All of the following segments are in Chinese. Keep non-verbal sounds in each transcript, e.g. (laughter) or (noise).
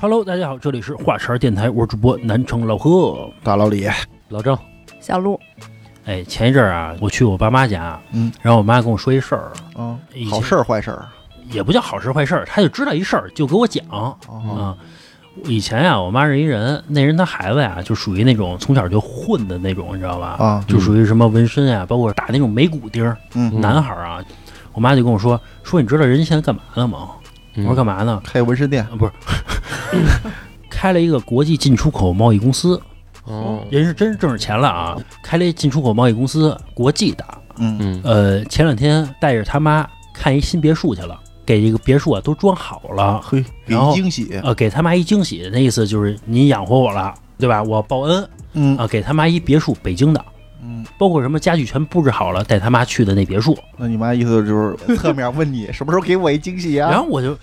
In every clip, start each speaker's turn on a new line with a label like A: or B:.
A: Hello，大家好，这里是华晨电台，我是主播南城老贺、
B: 大老李，
A: 老郑。
C: 小鹿，
A: 哎，前一阵儿啊，我去我爸妈家，
B: 嗯，
A: 然后我妈跟我说一事儿，
B: 嗯
A: 以，前
B: 好事儿坏事儿，
A: 也不叫好事坏事儿，她就知道一事儿，就给我讲啊、
B: 哦，
A: 以前啊，我妈是一人，那人她孩子呀、就属于那种从小就混的那种，你知道吧？
B: 啊
A: 就属于什么纹身啊，包括打那种眉骨钉儿，
B: 嗯，
A: 男孩儿啊。我妈就跟我说说，你知道人家现在干嘛呢吗？
B: 嗯
A: 我
C: 嗯
A: 说干嘛呢？
B: 开纹身店，
A: 啊，不是，开了一个国际进出口贸易公司，
D: 哦，
A: 人是真是挣着钱了啊！开了一进出口贸易公司，国际的。
B: 嗯
D: 嗯
A: 呃，前两天带着他妈看一新别墅去了，给这个别墅啊都装好了，
B: 嘿，给
A: 然后
B: 惊喜，
A: 呃，给他妈一惊喜，那意思就是您养活我了，对吧？我报恩
B: 嗯
A: 啊、给他妈一别墅，北京的，
B: 嗯，
A: 包括什么家具全布置好了，带他妈去的那别墅。
B: 那你妈意思就是侧面问你什么时候给我一惊喜
A: 然
B: 啊？
A: 后我
B: (laughs)
A: 就，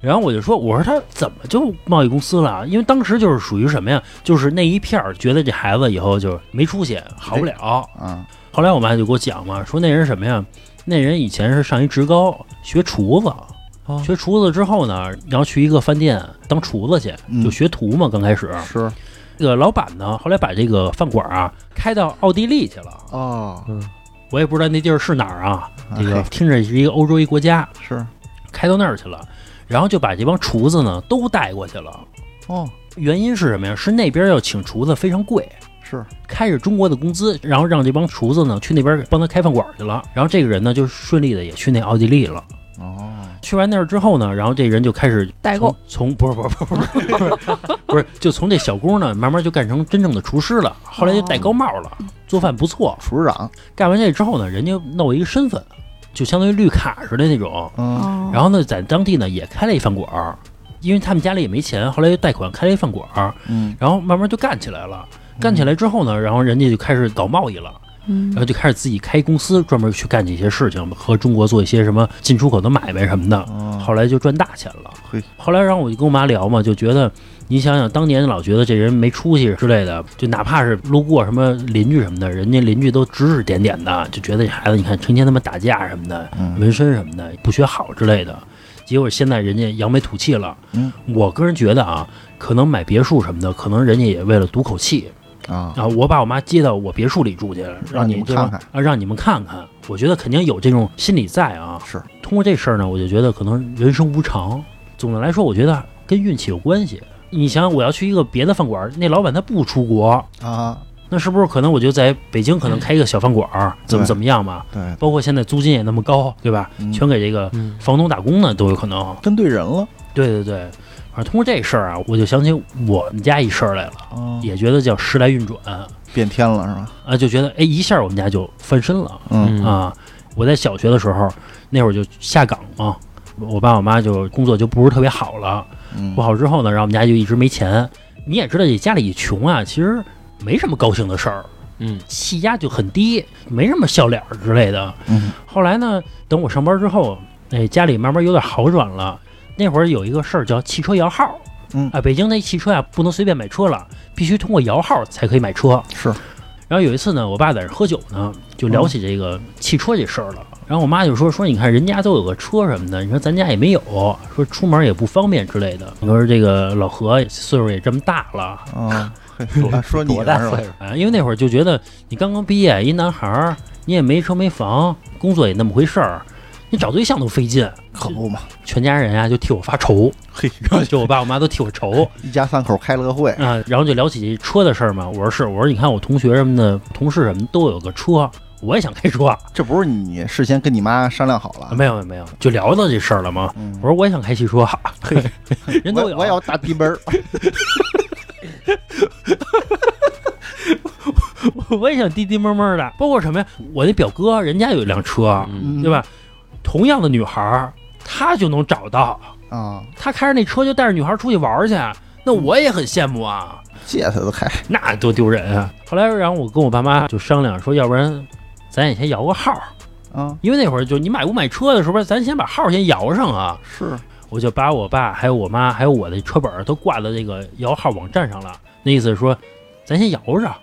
A: 然后我就说，我说他怎么就贸易公司了？因为当时就是属于什么呀？就是那一片儿觉得这孩子以后就没出息，好不了。
B: 啊，
A: 后来我妈就给我讲嘛，说那人什么呀？那人以前是上一职高学厨子，
D: 哦
A: 学厨子之后呢，然后去一个饭店当厨子去，
B: 嗯
A: 就学徒嘛。刚开始，
B: (laughs) 是
A: 这个老板呢，后来把这个饭馆啊开到奥地利去了。
B: 哦，
A: 我也不知道那地儿是哪儿啊，这个
B: 啊
A: 听着是一个欧洲一国家，
B: 嘿是
A: 开到那儿去了，然后就把这帮厨子呢都带过去了。
B: 哦，
A: 原因是什么呀？是那边要请厨子非常贵，
B: 是
A: 开着中国的工资，然后让这帮厨子呢去那边帮他开饭馆去了。然后这个人呢就顺利的也去那奥地利了。
B: 哦，
A: 去完那儿之后呢，然后这人就开始
C: 代购
A: 从，从 (laughs) 不是不是不是不是不是， (laughs) 就从这小工呢慢慢就干成真正的厨师了。后来就戴高帽了，做饭不错。
B: 厨师长，
A: 干完这之后呢，人家弄一个身份，就相当于绿卡似的那种。
B: 嗯
C: 哦
A: 然后呢，在当地呢也开了一饭馆儿，因为他们家里也没钱，后来就贷款开了一饭馆儿，
B: 嗯，
A: 然后慢慢就干起来了。干起来之后呢，然后人家就开始搞贸易了，
C: 嗯
A: 然后就开始自己开公司，专门去干这些事情，和中国做一些什么进出口的买卖什么的。
B: 哦
A: 后来就赚大钱了
B: 嘿。
A: 后来，然后我就跟我妈聊嘛，就觉得你想想，当年老觉得这人没出息之类的，就哪怕是路过什么邻居什么的，人家邻居都指指点点的，就觉得这孩子你看成天他妈打架什么的，
B: 嗯
A: 纹身什么的，不学好之类的。结果现在人家扬眉吐气了。
B: 嗯
A: 我个人觉得啊，可能买别墅什么的，可能人家也为了赌口气
B: 啊，
A: 啊。我把我妈接到我别墅里住去，
B: 让
A: 你
B: 你
A: 们
B: 们
A: 这帮
B: 看看
A: 啊，让你们看看。我觉得肯定有这种心理在啊。
B: 是
A: 通过这事儿呢，我就觉得可能人生无常。总的来说，我觉得跟运气有关系。你想想，我要去一个别的饭馆，那老板他不出国，
B: 啊，
A: 那是不是可能我就在北京可能开一个小饭馆，怎么
B: 对
A: 怎么样嘛？
B: 对，
A: 包括现在租金也那么高，对吧？
B: 嗯
A: 全给这个
D: 嗯
A: 房东打工呢都有可能。
B: 跟对人了，
A: 对对对，反正通过这事儿啊，我就想起我们家一事儿来了，
B: 啊
A: 也觉得叫时来运转
B: 变天了是吧？
A: 啊，就觉得哎一下我们家就翻身了
B: 嗯
A: 啊。我在小学的时候，那会儿就下岗嘛，我爸我妈就工作就不是特别好了，
B: 嗯
A: 不，好之后呢，然后我们家就一直没钱。你也知道，这家里穷啊，其实没什么高兴的事儿，
D: 嗯
A: 气压就很低，没什么笑脸儿之类的。
B: 嗯
A: 后来呢，等我上班之后，哎，家里慢慢有点好转了。那会儿有一个事儿叫汽车摇号，
B: 嗯
A: 啊，北京那汽车啊不能随便买车了，必须通过摇号才可以买车。
B: 是，
A: 然后有一次呢，我爸在这喝酒呢，就聊起这个汽车这事儿了。
B: 嗯
A: 然后我妈就说说，你看人家都有个车什么的，你说咱家也没有，说出门也不方便之类的。你说这个老何岁数也这么大了，
B: 啊，嘿啊说你
D: 多
B: 呢
D: 大
B: 是吧
D: 岁数？
A: 啊，因为那会儿就觉得你刚刚毕业，一男孩儿，你也没车没房，工作也那么回事儿，你找对象都费劲，
B: 可不嘛，
A: 全家人啊就替我发愁，
B: (laughs) 嘿，
A: (laughs) 就我爸我妈都替我
B: (laughs)
A: 愁
B: 一家三口开了个会，
A: 啊。然后就聊起车的事儿嘛，我说是，我说你看我同学什么的，同事什么都有个车，我也想开车，
B: 这不是你事先跟你妈商量好了？
A: 没有没有，就聊到这事儿了嘛。
B: 嗯
A: 我说我也想开汽
B: (laughs)
A: 车，人都
B: 我我也要大低奔儿，
A: (laughs) 我也想滴滴闷闷的，包括什么呀？我那表哥人家有一辆
C: 啊
A: 车，
D: 嗯
A: 对吧？同样的女孩儿，他就能找到。
B: 啊，
A: 他开着那车就带着女孩出去玩儿去，那我也很羡慕啊，
B: 借他都开，
A: (laughs) 那多丢人啊！后来，然后我跟我爸妈就商量说，要不然咱也先摇个号儿，
B: 啊，
A: 因为那会儿就你买不买车的时候，咱先把号儿先摇上啊。
B: 是，
A: 我就把我爸、还有我妈、还有我的车本儿都挂到这个摇号网站上了，那意思是说，咱先摇着，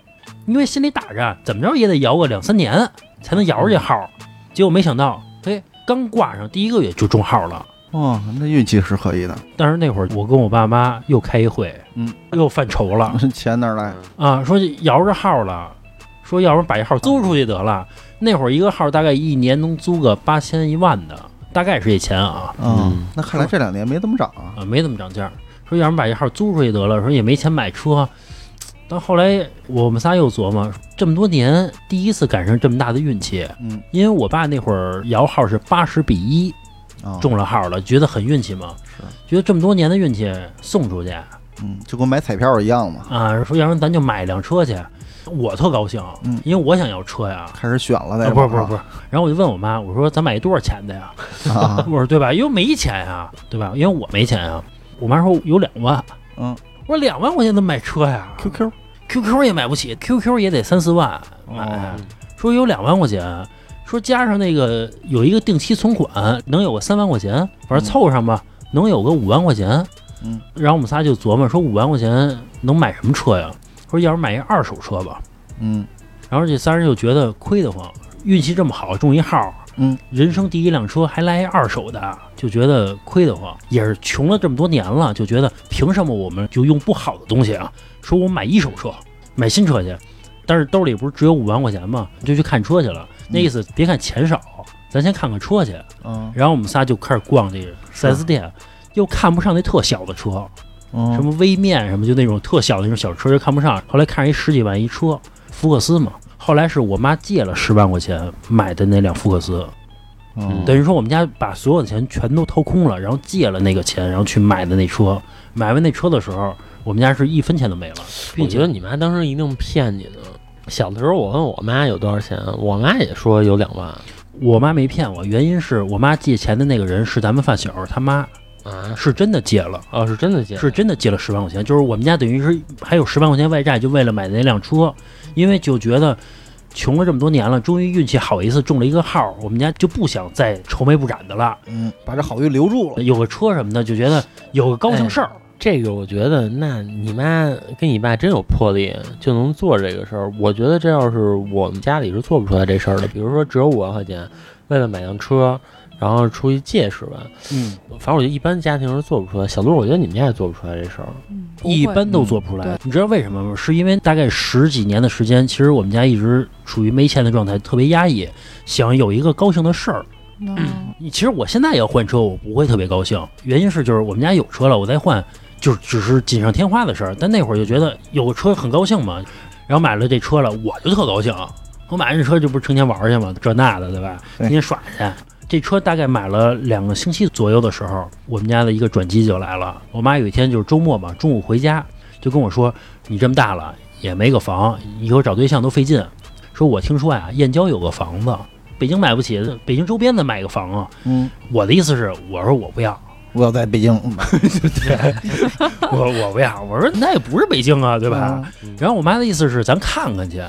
A: 因为心里打着，怎么着也得摇个两三年才能摇着这号儿。结果没想到，哎，刚挂上第一个月就中号了，
B: 哦，那运气是可以的。
A: 但是那会儿我跟我爸妈又开一会，
B: 嗯，
A: 又犯愁了
B: 钱哪儿
C: 哎
B: 来？
A: 啊，说摇着号了，说要不然把一号租出去得了。那会儿一个号大概一年能租个八千一万的，大概是这钱啊，
B: 嗯
C: 嗯，
B: 那看来这两年没怎么涨啊。
A: 啊，没怎么涨价。说要不然把一号租出去得了，说也没钱买车。但后来我们仨又琢磨，这么多年第一次赶上这么大的运气，
B: 嗯，
A: 因为我爸那会儿摇号是八十比一，
B: 啊，
A: 中了号了，觉得很运气嘛，
B: 是
A: 觉得这么多年的运气送出去
B: 嗯，就跟买彩票一样嘛，
A: 啊，说要不然咱就买一辆车去，我特高兴，
B: 嗯
A: 因为我想要车呀。
B: 开始选了
A: 啊
B: 那
A: 不是不是不是，然后我就问我妈，我说咱买多少钱的呀？ (laughs)
B: 是啊，
A: 我说对吧？因为没钱呀，对吧？因为我没钱呀。我妈说有两万，
B: 嗯
A: 我说两万块钱能买车呀
B: ，QQ
A: ？QQ 也买不起，QQ 也得三四万买。
B: 哦
A: 说有两万块钱，说加上那个有一个定期存款，能有个三万块钱，反正凑上吧，能有个五万块钱。
B: 嗯，
A: 然后我们仨就琢磨说，五万块钱能买什么车呀？说要不然买一二手车吧。
B: 嗯
A: 然后这仨人就觉得亏得慌，运气这么好中一号，
B: 嗯，
A: 人生第一辆车还来一二手的，就觉得亏得慌，也是穷了这么多年了，就觉得凭什么我们就用不好的东西啊？说我买一手车，买新车去，但是兜里不是只有五万块钱嘛，就去看车去了。那意思别看钱少，咱先看看车去。
B: 嗯
A: 然后我们仨就开始逛这个四 S 店，又看不上那特小的车，
B: 嗯，
A: 什么微面什么，就那种特小的那种小车就看不上。后来看上一十几万一车，福克斯嘛。后来是我妈借了十万块钱买的那辆福克斯，
B: 嗯
A: 等于说我们家把所有的钱全都掏空了，然后借了那个钱，然后去买的那车。买完那车的时候，我们家是一分钱都没了。并
C: 我
A: 且
C: 觉得你妈当时一定骗你呢。小的时候，我问我妈有多少钱，我妈也说有两万
A: 我妈没骗我，原因是我妈借钱的那个人是咱们发小他妈，
C: 啊。
A: 是真的借了。
C: 哦，是真的借，
A: 是真的借了十万块钱，就是我们家等于是还有十万块钱外债，就为了买那辆车，因为就觉得穷了这么多年了，终于运气好一次中了一个号，我们家就不想再愁眉不展的了，
B: 嗯，把这好运留住了，
A: 有个车什么的，就觉得有个高兴事儿。
D: 哎
C: 这个我觉得，那你妈跟你爸真有魄力，就能做这个事儿。我觉得这要是我们家里是做不出来这事儿的。比如说，只有五万块钱，为了买辆车，然后出去借十万，
B: 嗯，
C: 反正我觉得一般家庭是做不出来。小鹿，我觉得你们家也做不出来这事儿。
D: 嗯，不
A: 一
D: 会
A: 般都做不出来
D: 嗯对，
A: 你知道为什么吗？是因为大概十几年的时间，其实我们家一直处于没钱的状态，特别压抑，想有一个高兴的事儿。
D: 嗯
A: 你其实我现在要换车，我不会特别高兴，原因是就是我们家有车了，我再换就只是锦上添花的事儿。但那会儿就觉得有车很高兴嘛，然后买了这车了，我就特高兴。我买完这车就不是成天玩儿去嘛，这那的对吧？
B: 对
A: 天天耍去。这车大概买了两个星期左右的时候，我们家的一个转机就来了。我妈有一天就是周末嘛，中午回家就跟我说：“你这么大了也没个房，以后找对象都费劲。”说我听说呀、燕郊有个房子，北京买不起，北京周边的买个房啊。
B: 嗯，
A: 我的意思是，我说我不要，
B: 我要在北京，
A: 我我不要，我说那也不是北京啊，对吧？然后我妈的意思是，咱看看去。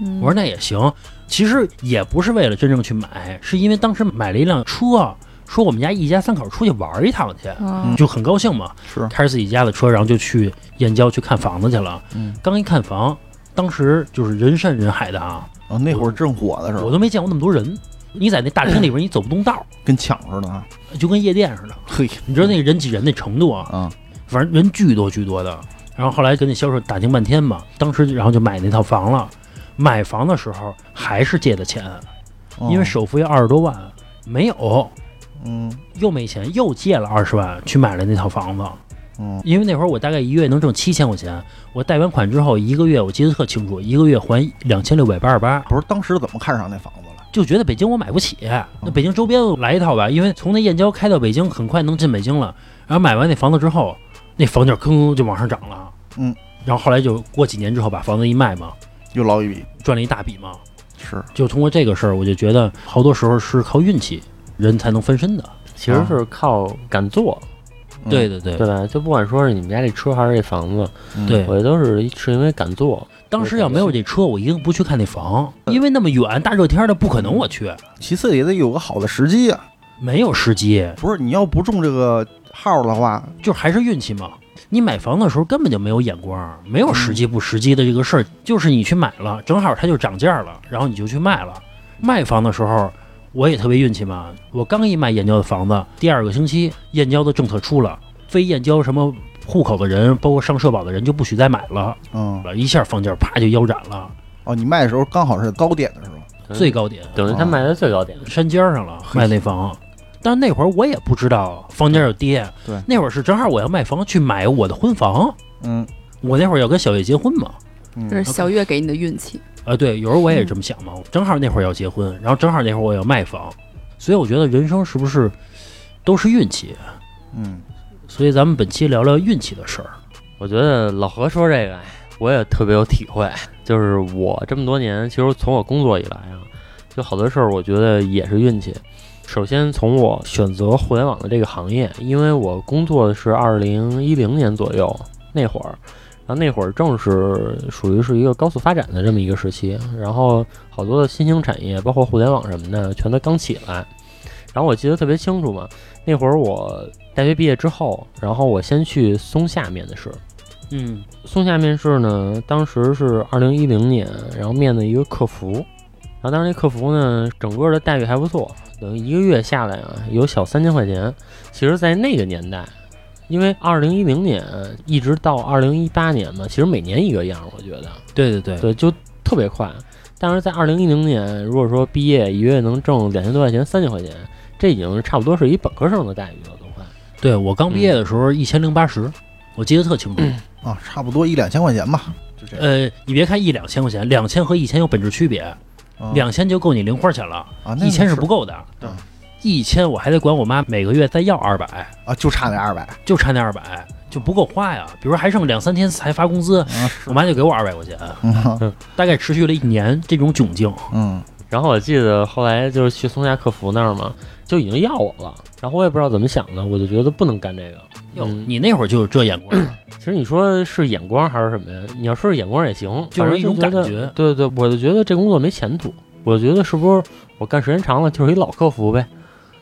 D: 嗯，
A: 我说那也行，其实也不是为了真正去买，是因为当时买了一辆车，说我们家一家三口出去玩一趟去，
D: 嗯
A: 就很高兴嘛，
B: 是
A: 开着自己家的车，然后就去燕郊去看房子去了。
B: 嗯
A: 刚一看房，当时就是人山人海的啊，
B: 哦，那会儿正火的时
A: 我
B: 候，
A: 都没见过那么多人。你在那大厅里
D: (clears throat)
A: 边，你走不动道，
B: 跟抢似
A: (laughs)
B: 的啊，
A: 就跟夜店似的。
B: 嘿，
A: 你知道那人挤人那程度啊，
B: 啊，
A: 反正人巨多巨多的。然后后来跟那销售打听半天嘛，当时然后就买那套房了。买房的时候还是借的钱，
B: 哦
A: 因为首付要二十多万，没有，
B: 嗯
A: 又没钱，又借了二十万去买了那套房子。
B: 嗯
A: 因为那会儿我大概一月能挣七千块钱，我贷完款之后一个月，我记得特清楚，一个月还两千六百八十八，
B: 不是当时怎么看上那房子了？
A: 就觉得北京我买不起，
B: 哦
A: 那北京周边来一套吧，因为从那燕郊开到北京很快能进北京了。然后买完那房子之后，那房价吭就往上涨了，
B: 嗯，
A: 然后后来就过几年之后把房子一卖嘛，
B: 又捞一笔，
A: 赚了一大笔嘛。
B: 是
A: 就通过这个事儿，我就觉得好多时候是靠运气，人才能翻身的。
C: 其实是靠敢做，
B: 嗯
A: 对对对
C: 对吧？就不管说是你们家这车还是这房子，
B: 嗯
A: 对
C: 我觉得都是是因为敢做。
A: 当时要没有这车，我一定不去看那房，因为那么远，大热天的不可能我去，
B: 其次也得有个好的时机啊，
A: 没有时机，
B: 不是你要不中这个号的话，
A: 就还是运气嘛。你买房的时候根本就没有眼光，没有时机不时机的这个事儿，就是你去买了，正好它就涨价了，然后你就去卖了。卖房的时候，我也特别运气嘛，我刚一卖燕郊的房子，第二个星期燕郊的政策出了，非燕郊什么户口的人，包括上社保的人就不许再买了，
B: 嗯，
A: 一下房价啪就腰斩了，
B: 哦，你卖的时候刚好是高点的时候，
A: 最高啊点
C: 等于他卖在最高点，
A: 山尖儿上了卖那房。但是那会儿我也不知道房价有跌，
B: 对
A: 那会儿是正好我要卖房去买我的婚房，
B: 嗯
A: 我那会儿要跟小月结婚嘛，
D: 这
B: 嗯
D: 是小月给你的运气。
A: 啊，对，有时候我也这么想嘛，正好那会儿要结婚，然后正好那会儿我要卖房，所以我觉得人生是不是都是运气？
B: 嗯，
A: 所以咱们本期聊聊运气的事儿。
C: 我觉得老何说这个，哎我也特别有体会。就是我这么多年，其实从我工作以来啊，就好多事儿，我觉得也是运气。首先从我选择互联网的这个行业，因为我工作的是二零一零年左右那会儿，然后那会儿正是属于是一个高速发展的这么一个时期，然后好多的新兴产业，包括互联网什么的，全都刚起来。然后我记得特别清楚嘛，那会儿我大学毕业之后，然后我先去松下面的试，
A: 嗯
C: 松下面试呢，当时是二零一零年，然后面的一个客服，然后当时那客服呢，整个的待遇还不错，等于一个月下来啊，有小三千块钱。其实，在那个年代，因为二零一零年一直到二零一八年嘛，其实每年一个样儿，我觉得，，
A: 对对对，
C: 对，就特别快。但是在二零一零年，如果说毕业一月能挣两千多块钱、三千块钱，这已经差不多是一本科生的待遇了，都快。
A: 对我刚毕业的时候一千零八十，我记得特清楚。
B: 啊，差不多一两千块钱吧，就这样。
A: 呃，你别看一两千块钱，两千和一千有本质区别，
B: 啊
A: 呃两千就够你零花钱了，
B: 啊，那
A: 一千
B: 是
A: 是不够的
B: 对。
A: 一千我还得管我妈每个月再要二百，
B: 啊，就差那二百
A: 就差那二百就不够花呀。比如还剩两三天才发工资，
B: 啊，
A: 我妈就给我二百块钱，
B: 嗯
A: 大概持续了一年这种窘境。
B: 嗯
C: 然后我记得后来就是去松下客服那儿嘛，就已经要我了。然后我也不知道怎么想的，我就觉得不能干这个。
A: 哟，
C: 嗯
A: 你那会儿就有这眼光，
C: 其实你说是眼光还是什么呀？你要说是眼光也行，
A: 就
C: 反
A: 是
C: 正
A: 一种
C: 觉得
A: 感觉
C: 对对，我就觉得这工作没前途。我觉得是不是我干时间长了就是一老客服呗？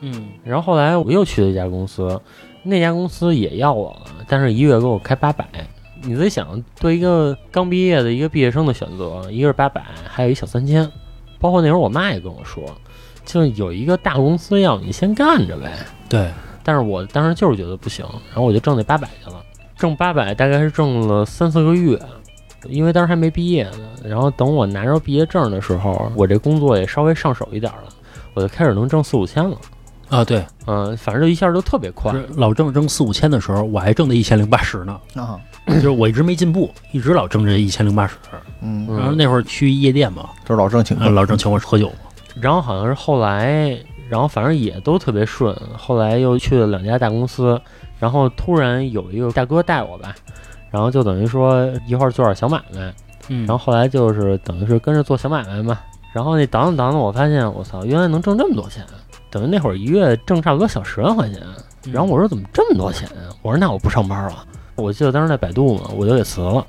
A: 嗯，
C: 然后后来我又去了一家公司，那家公司也要我了，但是一月给我开八百。你自己想，对一个刚毕业的一个毕业生的选择，一个是八百，还有一小三千。包括那会儿我妈也跟我说，就是有一个大公司要你先干着呗。
A: 对，
C: 但是我当时就是觉得不行，然后我就挣那八百去了，挣八百大概是挣了三四个月，因为当时还没毕业呢。然后等我拿着毕业证的时候，我这工作也稍微上手一点了，我就开始能挣四五千了。
A: 啊对，
C: 嗯，反正就一下就特别快。
A: 是老郑挣四五千的时候，我还挣的一千零八十呢，
B: 啊
A: 就是我一直没进步，一直老挣这一千零八十。
B: 嗯，
A: 然后
C: 嗯
A: 那会儿去夜店嘛，
B: 这是老郑请
A: 呃
B: 客，
A: 老郑请我喝酒嘛，
C: 然后好像是后来，然后反正也都特别顺。后来又去了两家大公司，然后突然有一个大哥带我吧，然后就等于说一块儿做点小买卖。
A: 嗯
C: 然后后来就是等于是跟着做小买卖嘛。然后那倒腾倒腾，我发现我操，原来能挣这么多钱，等于那会儿一月挣差不多小十万块钱。
A: 嗯
C: 然后我说怎么这么多钱啊？我说那我不上班了。我记得当时在百度嘛，我就给辞了。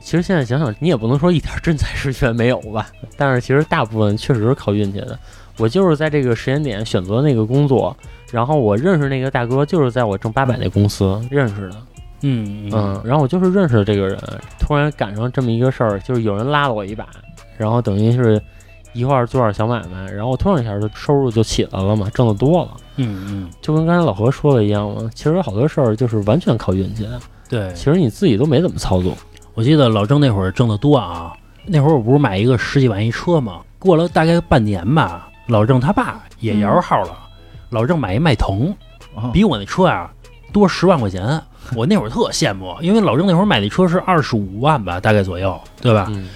C: 其实现在想想，你也不能说一点真才实学没有吧，但是其实大部分确实是靠运气的。我就是在这个时间点选择那个工作，然后我认识那个大哥，就是在我挣八百那公司认识的。
A: 嗯
C: 嗯，然后我就是认识了这个人，突然赶上这么一个事儿，就是有人拉了我一把，然后等于是一块儿做点小买卖，然后突然一下就收入就起来了嘛，挣得多了，
A: 嗯嗯，
C: 就跟刚才老何说的一样嘛，其实好多事儿就是完全靠运气的，
A: 对，
C: 其实你自己都没怎么操作。
A: 我记得老郑那会儿挣得多啊，那会儿我不是买一个十几万一车嘛，过了大概半年吧，老郑他爸也摇着号了，老郑买一迈腾，
B: 啊
A: 比我那车啊多十万块钱。我那会儿特羡慕，因为老郑那会儿买那车是二十五万吧，大概左右，对吧？
C: 嗯，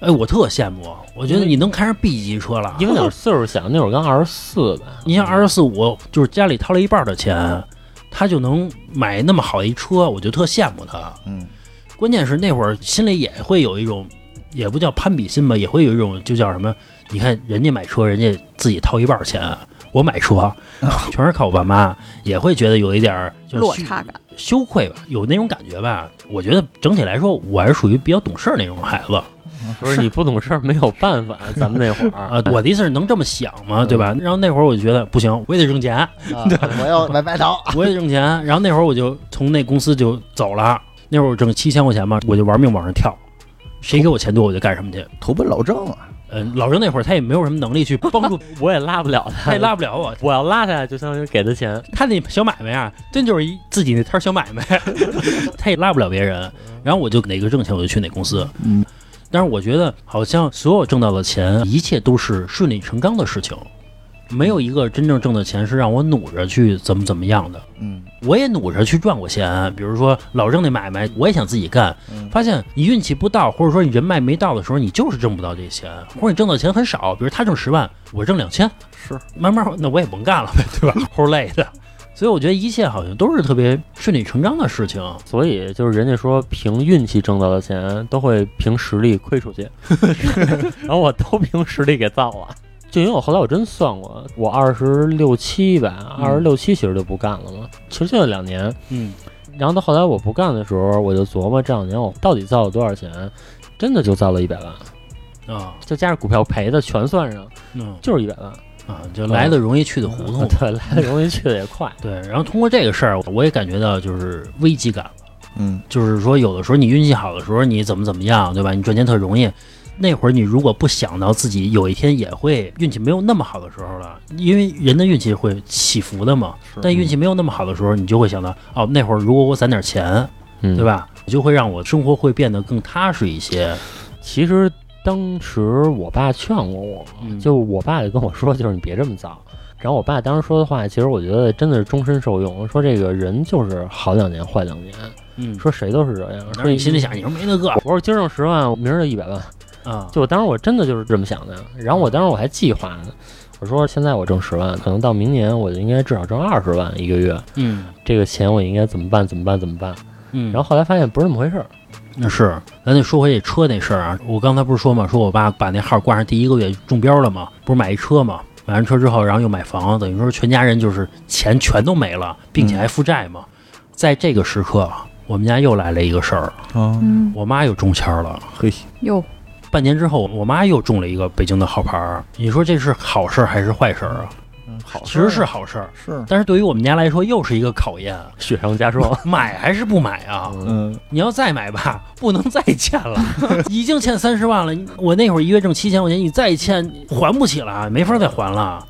A: 哎，我特羡慕，我觉得
C: 因为
A: 你能开上 B 级车了，
C: 因为那会儿岁数小，那会儿刚二十四吧，
A: (laughs) 你像二十四五，就是家里掏了一半的钱，他就能买那么好一车，我就特羡慕他。
B: 嗯
A: 关键是那会儿心里也会有一种，也不叫攀比心吧，也会有一种就叫什么？你看人家买车，人家自己掏一半钱，我买
C: 啊
A: 车全是靠我爸妈，也会觉得有一点儿就是
D: 落
A: 虚
D: 差感，
A: 羞愧吧，有那种感觉吧。我觉得整体来说，我还是属于比较懂事儿那种孩子
C: (laughs)
B: 嗯
C: 不是你不懂事儿没有办 (laughs) 法，咱们那会儿
A: 啊。我的意思是能这么想嘛，对吧？然后那会儿我就觉得不行，我也得挣钱，
B: 嗯我要买白桃，
A: 我也挣钱。然后那会儿我就从那公司就走了，那会儿我挣七千块钱嘛，我就玩命往上跳，谁给我钱多我就干什么去。
B: 投奔老郑啊，
A: 嗯，老人那会儿他也没有什么能力去帮
C: (laughs)
A: 助，
C: 我也拉不了他，
A: 他也拉不了我。
C: 我要拉他就相当于给他钱，
A: 他那小买卖啊，真就是一自己那摊儿小
B: (laughs)
A: 买卖，他也拉不了别人。然后我就哪个挣钱我就去哪公司。
B: 嗯，
A: 但是我觉得好像所有挣到的钱，一切都是顺理成章的事情，没有一个真正挣的钱是让我努着去怎么怎么样的。
B: 嗯，
A: 我也努着去赚过钱，比如说老郑那买卖，我也想自己干
B: 嗯，
A: 发现你运气不到，或者说你人脉没到的时候，你就是挣不到这钱，或者你挣到钱很少，比如他挣十万，我挣两千，
B: 是
A: 慢慢那我也甭干了呗， (laughs) 对吧？齁累的，所以我觉得一切好像都是特别顺理成章的事情，
C: 所以就是人家说凭运气挣到的钱都会凭实力亏 (laughs) 出去，然后我都凭实力给造了。就因为我后来我真算过，我二十六七吧，
A: 嗯
C: 二十六七其实就不干了嘛，其实就两年。
A: 嗯，
C: 然后到后来我不干的时候，我就琢磨这两年我到底造了多少钱，真的就造了一百万，
A: 啊，
C: 就加上股票赔的全算上，
A: 嗯
C: 就是一百万。
A: 啊，就来的容易去的糊涂嘛。
C: 对，来的容易去的也快。
A: 对，然后通过这个事儿，我也感觉到就是危机感了，
B: 嗯
A: 就是说有的时候你运气好的时候，你怎么怎么样，对吧？你赚钱特容易。那会儿你如果不想到自己有一天也会运气没有那么好的时候了，因为人的运气会起伏的嘛。
B: 是
A: 但运气没有那么好的时候，你就会想到，哦，那会儿如果我攒点钱，
C: 嗯
A: 对吧？就会让我生活会变得更踏实一些。
C: (laughs) 其实当时我爸劝过我，
A: 嗯
C: 就我爸就跟我说，就是你别这么造。然后我爸当时说的话，其实我觉得真的是终身受用。说这个人就是好两年坏两年，
A: 嗯，
C: 说谁都是这样。
A: 当
C: 说
A: 时你心里，想，你说没那个
C: 我说今儿挣十万，明儿就一百万。
A: 啊，
C: 就当时我真的就是这么想的。然后我当时我还计划呢，我说现在我挣十万，可能到明年我就应该至少挣二十万一个月。
A: 嗯
C: 这个钱我应该怎么办？怎么办？怎么办？
A: 嗯，
C: 然后后来发现不是那么回事儿。
A: 那是，咱就说回这车那事儿啊。我刚才不是说嘛，说我爸把那号挂上第一个月中标了嘛，不是买一车嘛，买完车之后，然后又买房，等于说全家人就是钱全都没了，并且还负债嘛。在这个时刻，啊我们家又来了一个事儿，
B: 啊，
D: 嗯，
A: 我妈又中签儿了。
B: 嘿，
D: 哟，
A: 半年之后，我妈又中了一个北京的号牌儿。你说这是好事儿还是坏事儿啊？
B: 嗯好
A: 其
B: 事儿
A: 实是好事儿，
B: 是，
A: 但是对于我们家来说又是一个考验，啊
C: 雪上加霜。
A: (laughs) 买还是不买啊？
B: 嗯
A: 你要再买吧，不能再欠了， (laughs) 已经欠三十万了。我那会儿一月挣七千块钱，你再欠还不起了，啊没法再还了。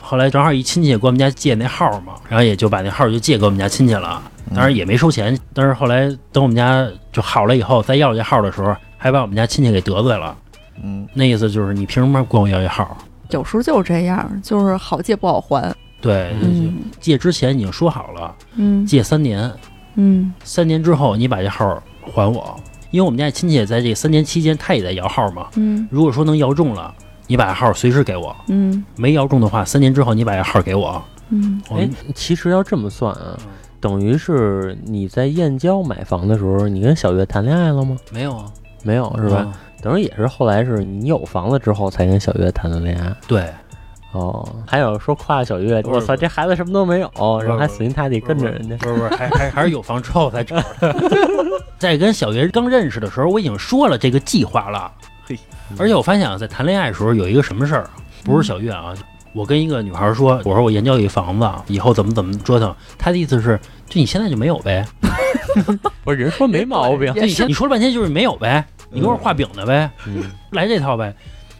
A: 后来正好一亲戚也给我们家借那号嘛，然后也就把那号就借给我们家亲戚了，当然也没收钱。但是后来等我们家就好了以后，再要这号的时候，还把我们家亲戚给得罪了。
B: 嗯
A: 那意思就是你凭什么管我要这号？
D: 有时候就是这样，就是好借不好还。
A: 对，
D: 嗯
A: 借之前已经说好了，
D: 嗯
A: 借三年，
D: 嗯
A: 三年之后你把这号还我，因为我们家亲戚也在这三年期间他也在摇号嘛。
D: 嗯
A: 如果说能摇中了，你把号随时给我；
D: 嗯
A: 没摇中的话，三年之后你把号给我。
D: 嗯
A: 我
C: 哎
A: 们，
C: 其实要这么算啊，
A: 嗯
C: 等于是你在燕郊买房的时候，你跟小月谈恋爱了吗？
A: 没有啊，
C: 没有，是吧？？等于也是后来是你有房了之后才跟小月谈的恋爱。
A: 对，
C: 哦，还有说夸小月，
A: 不是
C: 我操，这孩子什么都没有，然后还死心塌地跟着人家。
A: 不是不是，还还还是有房之后才 (laughs) 找的。在跟小月刚认识的时候，我已经说了这个计划了。
B: 嘿，
A: 而且我发现啊，在谈恋爱的时候有一个什么事儿，不是小月啊，我跟一个女孩说，我说我研究一房子，以后怎么怎么折腾。她的意思是，就你现在就没有呗，
C: 不是人说没毛病，
A: 就你现你说了半天就是没有呗，你给我画饼的呗， (laughs)
C: 嗯
A: 来这套呗。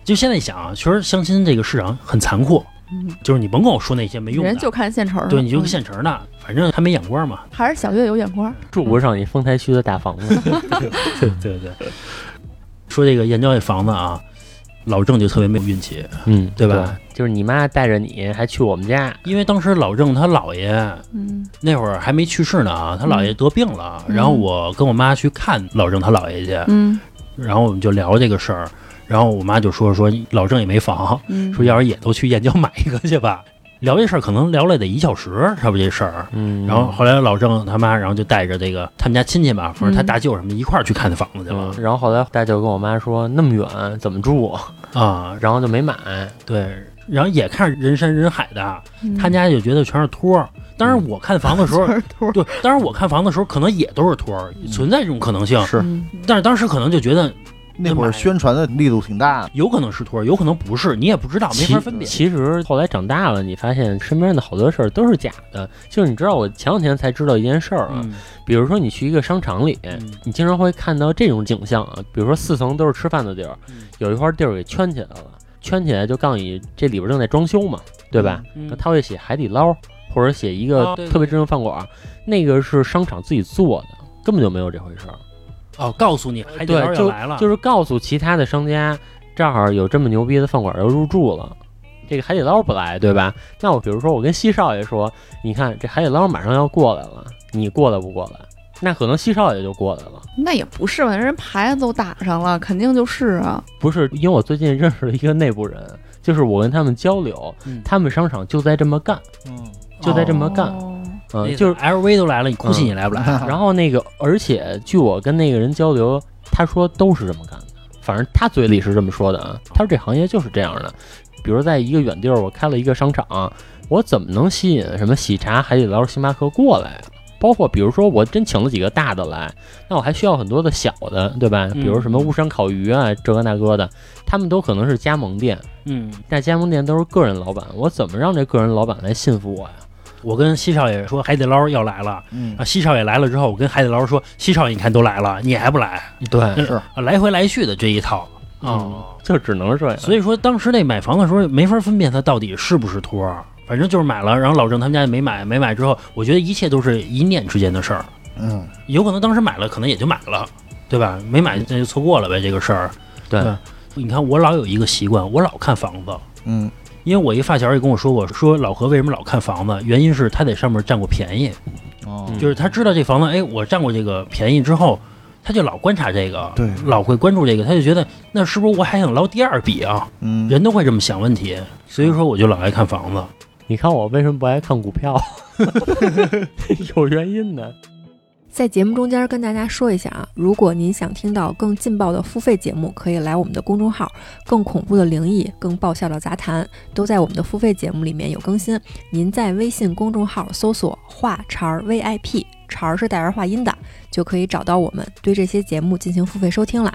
A: 就现在想啊，确实相亲这个市场很残酷，
D: 嗯，
A: 就是你甭跟我说那些没用
D: 人
A: 的，
D: 就看现成儿。
A: 对，你就
D: 嗯
A: 现成的，反正还没眼光
D: (laughs)
A: 嘛。
D: 还是小月有眼光。
C: 住不上你丰台区的大房子。
A: (laughs) 对对对，说这个燕郊这房子啊，老郑就特别没有运气，
C: 嗯，
A: 对吧？
C: 就是你妈带着你还去我们家，
A: 因为当时老郑他姥爷
D: 嗯
A: 那会儿还没去世呢啊，他姥爷得病了，
D: 嗯
A: 然后我跟我妈去看老郑他姥爷去，
D: 嗯
A: 然后我们就聊这个事儿，然后我妈就说说老郑也没房，
D: 嗯，
A: 说要是也都去燕郊买一个去吧。聊这事儿可能聊了得一小时，差不多这事儿。
C: 嗯，
A: 然后后来老郑他妈，然后就带着这个他们家亲戚吧，反正
D: 嗯
A: 他大舅什么的一块儿去看那房子去
C: 嗯
A: 了、
C: 然后后来大舅跟我妈说那么远怎么住，
A: 啊。
C: 然后就没买。
A: 对，然后也看人山人海的，
D: 嗯
A: 他家就觉得全是托儿。当
C: 嗯
A: 然，我看房的时候，
D: (laughs) 全是托儿
A: 对，当然我看房的时候可能也都是托儿，存在这种可能性。
B: 是
D: 嗯
A: 但是当时可能就觉得
B: 那会儿宣传的力度挺大，
A: 有可能是托儿，有可能不是，你也不知道，啊没
C: 其
A: 法分辨。
C: 其实后来长大了，你发现身边的好多事儿都是假的。就是你知道，我前两天才知道一件事儿啊，
A: 嗯
C: 比如说你去一个商场里，
A: 嗯
C: 你经常会看到这种景象啊，比如说四层都是吃饭的地儿，
A: 嗯
C: 有一块地儿给圈起来了，圈起来就告诉你这里边正在装修嘛，对吧？
A: 嗯
C: 那他会写海底捞，或者写一个
A: 啊对
C: 特别知名饭馆，那个是商场自己做的，根本就没有这回事儿。
A: 哦，告诉你海底捞
C: 对，
A: 要
C: 就
A: 来了，
C: 就是告诉其他的商家，这儿有这么牛逼的饭馆要入驻了。这个海底捞不来，对吧？那我比如说，我跟西少爷说，你看这海底捞马上要过来了，你过来不过来？那可能西少爷就过来了。
D: 那也不是吧，人牌子都打上了，肯定就是啊。
C: 不是，因为我最近认 (laughs) 识了一个内部人，就是我跟他们交流，
A: 嗯
C: 他们商场就在这么干，
B: 嗯，
C: 就在这么干，
D: 哦
C: 嗯、
A: 那个
C: 就是嗯
A: LV 都来了，你哭泣你来不啊来？
C: (laughs) 然后那个，而且据我跟那个人交流，他说都是这么干的，反正他嘴里是这么说的啊。他说这行业就是这样的，比如在一个远地儿，我开了一个商场，我怎么能吸引什么喜茶、海底捞、星巴克过来啊？包括比如说我真请了几个大的来，那我还需要很多的小的，对吧？
A: 嗯
C: 比如什么巫山烤鱼啊，这个那个的，他们都可能是加盟店，
A: 嗯，
C: 但加盟店都是个人老板，我怎么让这个人老板来信服我呀？
A: 我跟西少爷说海底捞要来了，
B: 嗯
A: 啊，西少爷来了之后，我跟海底捞说，西少爷你看都来了，你还不来？
C: 对，
B: 是
A: 啊来回来去的这一套。啊哦
C: 嗯，就只能是这样。
A: 所以说当时那买房的时候没法分辨它到底是不是托儿，反正就是买了，然后老郑他们家也没买，没买之后，我觉得一切都是一念之间的事儿，
B: 嗯，
A: 有可能当时买了，可能也就买了，对吧？没买那就错过了呗，这个事儿。
C: 对
A: 吧你看我老有一个习惯，我老看房子，
B: 嗯
A: 因为我一发小也跟我说过，说老何为什么老看房子，原因是他在上面占过便宜，
B: 哦
C: 嗯
A: 就是他知道这房子，哎，我占过这个便宜之后，他就老观察这个，
B: 对
A: 老会关注这个，他就觉得那是不是我还想捞第二笔啊？
B: 嗯，
A: 人都会这么想问题，所以说我就老爱看房子。
C: 你看我为什么不爱看
A: (laughs)
C: 股票？ (laughs) 有原因的。
E: 在节目中间跟大家说一下啊，如果您想听到更劲爆的付费节目，可以来我们的公众号“更恐怖的灵异”、“更爆笑的杂谈”，都在我们的付费节目里面有更新。您在微信公众号搜索“话茬儿 VIP”，茬儿是带儿化音的，就可以找到我们，对这些节目进行付费收听了。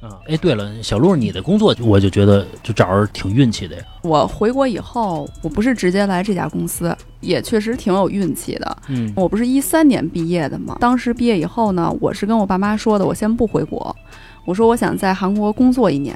A: 啊，哎，对了，小鹿，你的工作我就觉得就找着挺运气的呀。
D: 我回国以后，我不是直接来这家公司，也确实挺有运气的。
A: 嗯
D: 我不是一三年毕业的嘛，当时毕业以后呢，我是跟我爸妈说的，我先不回国，我说我想在韩国工作一年，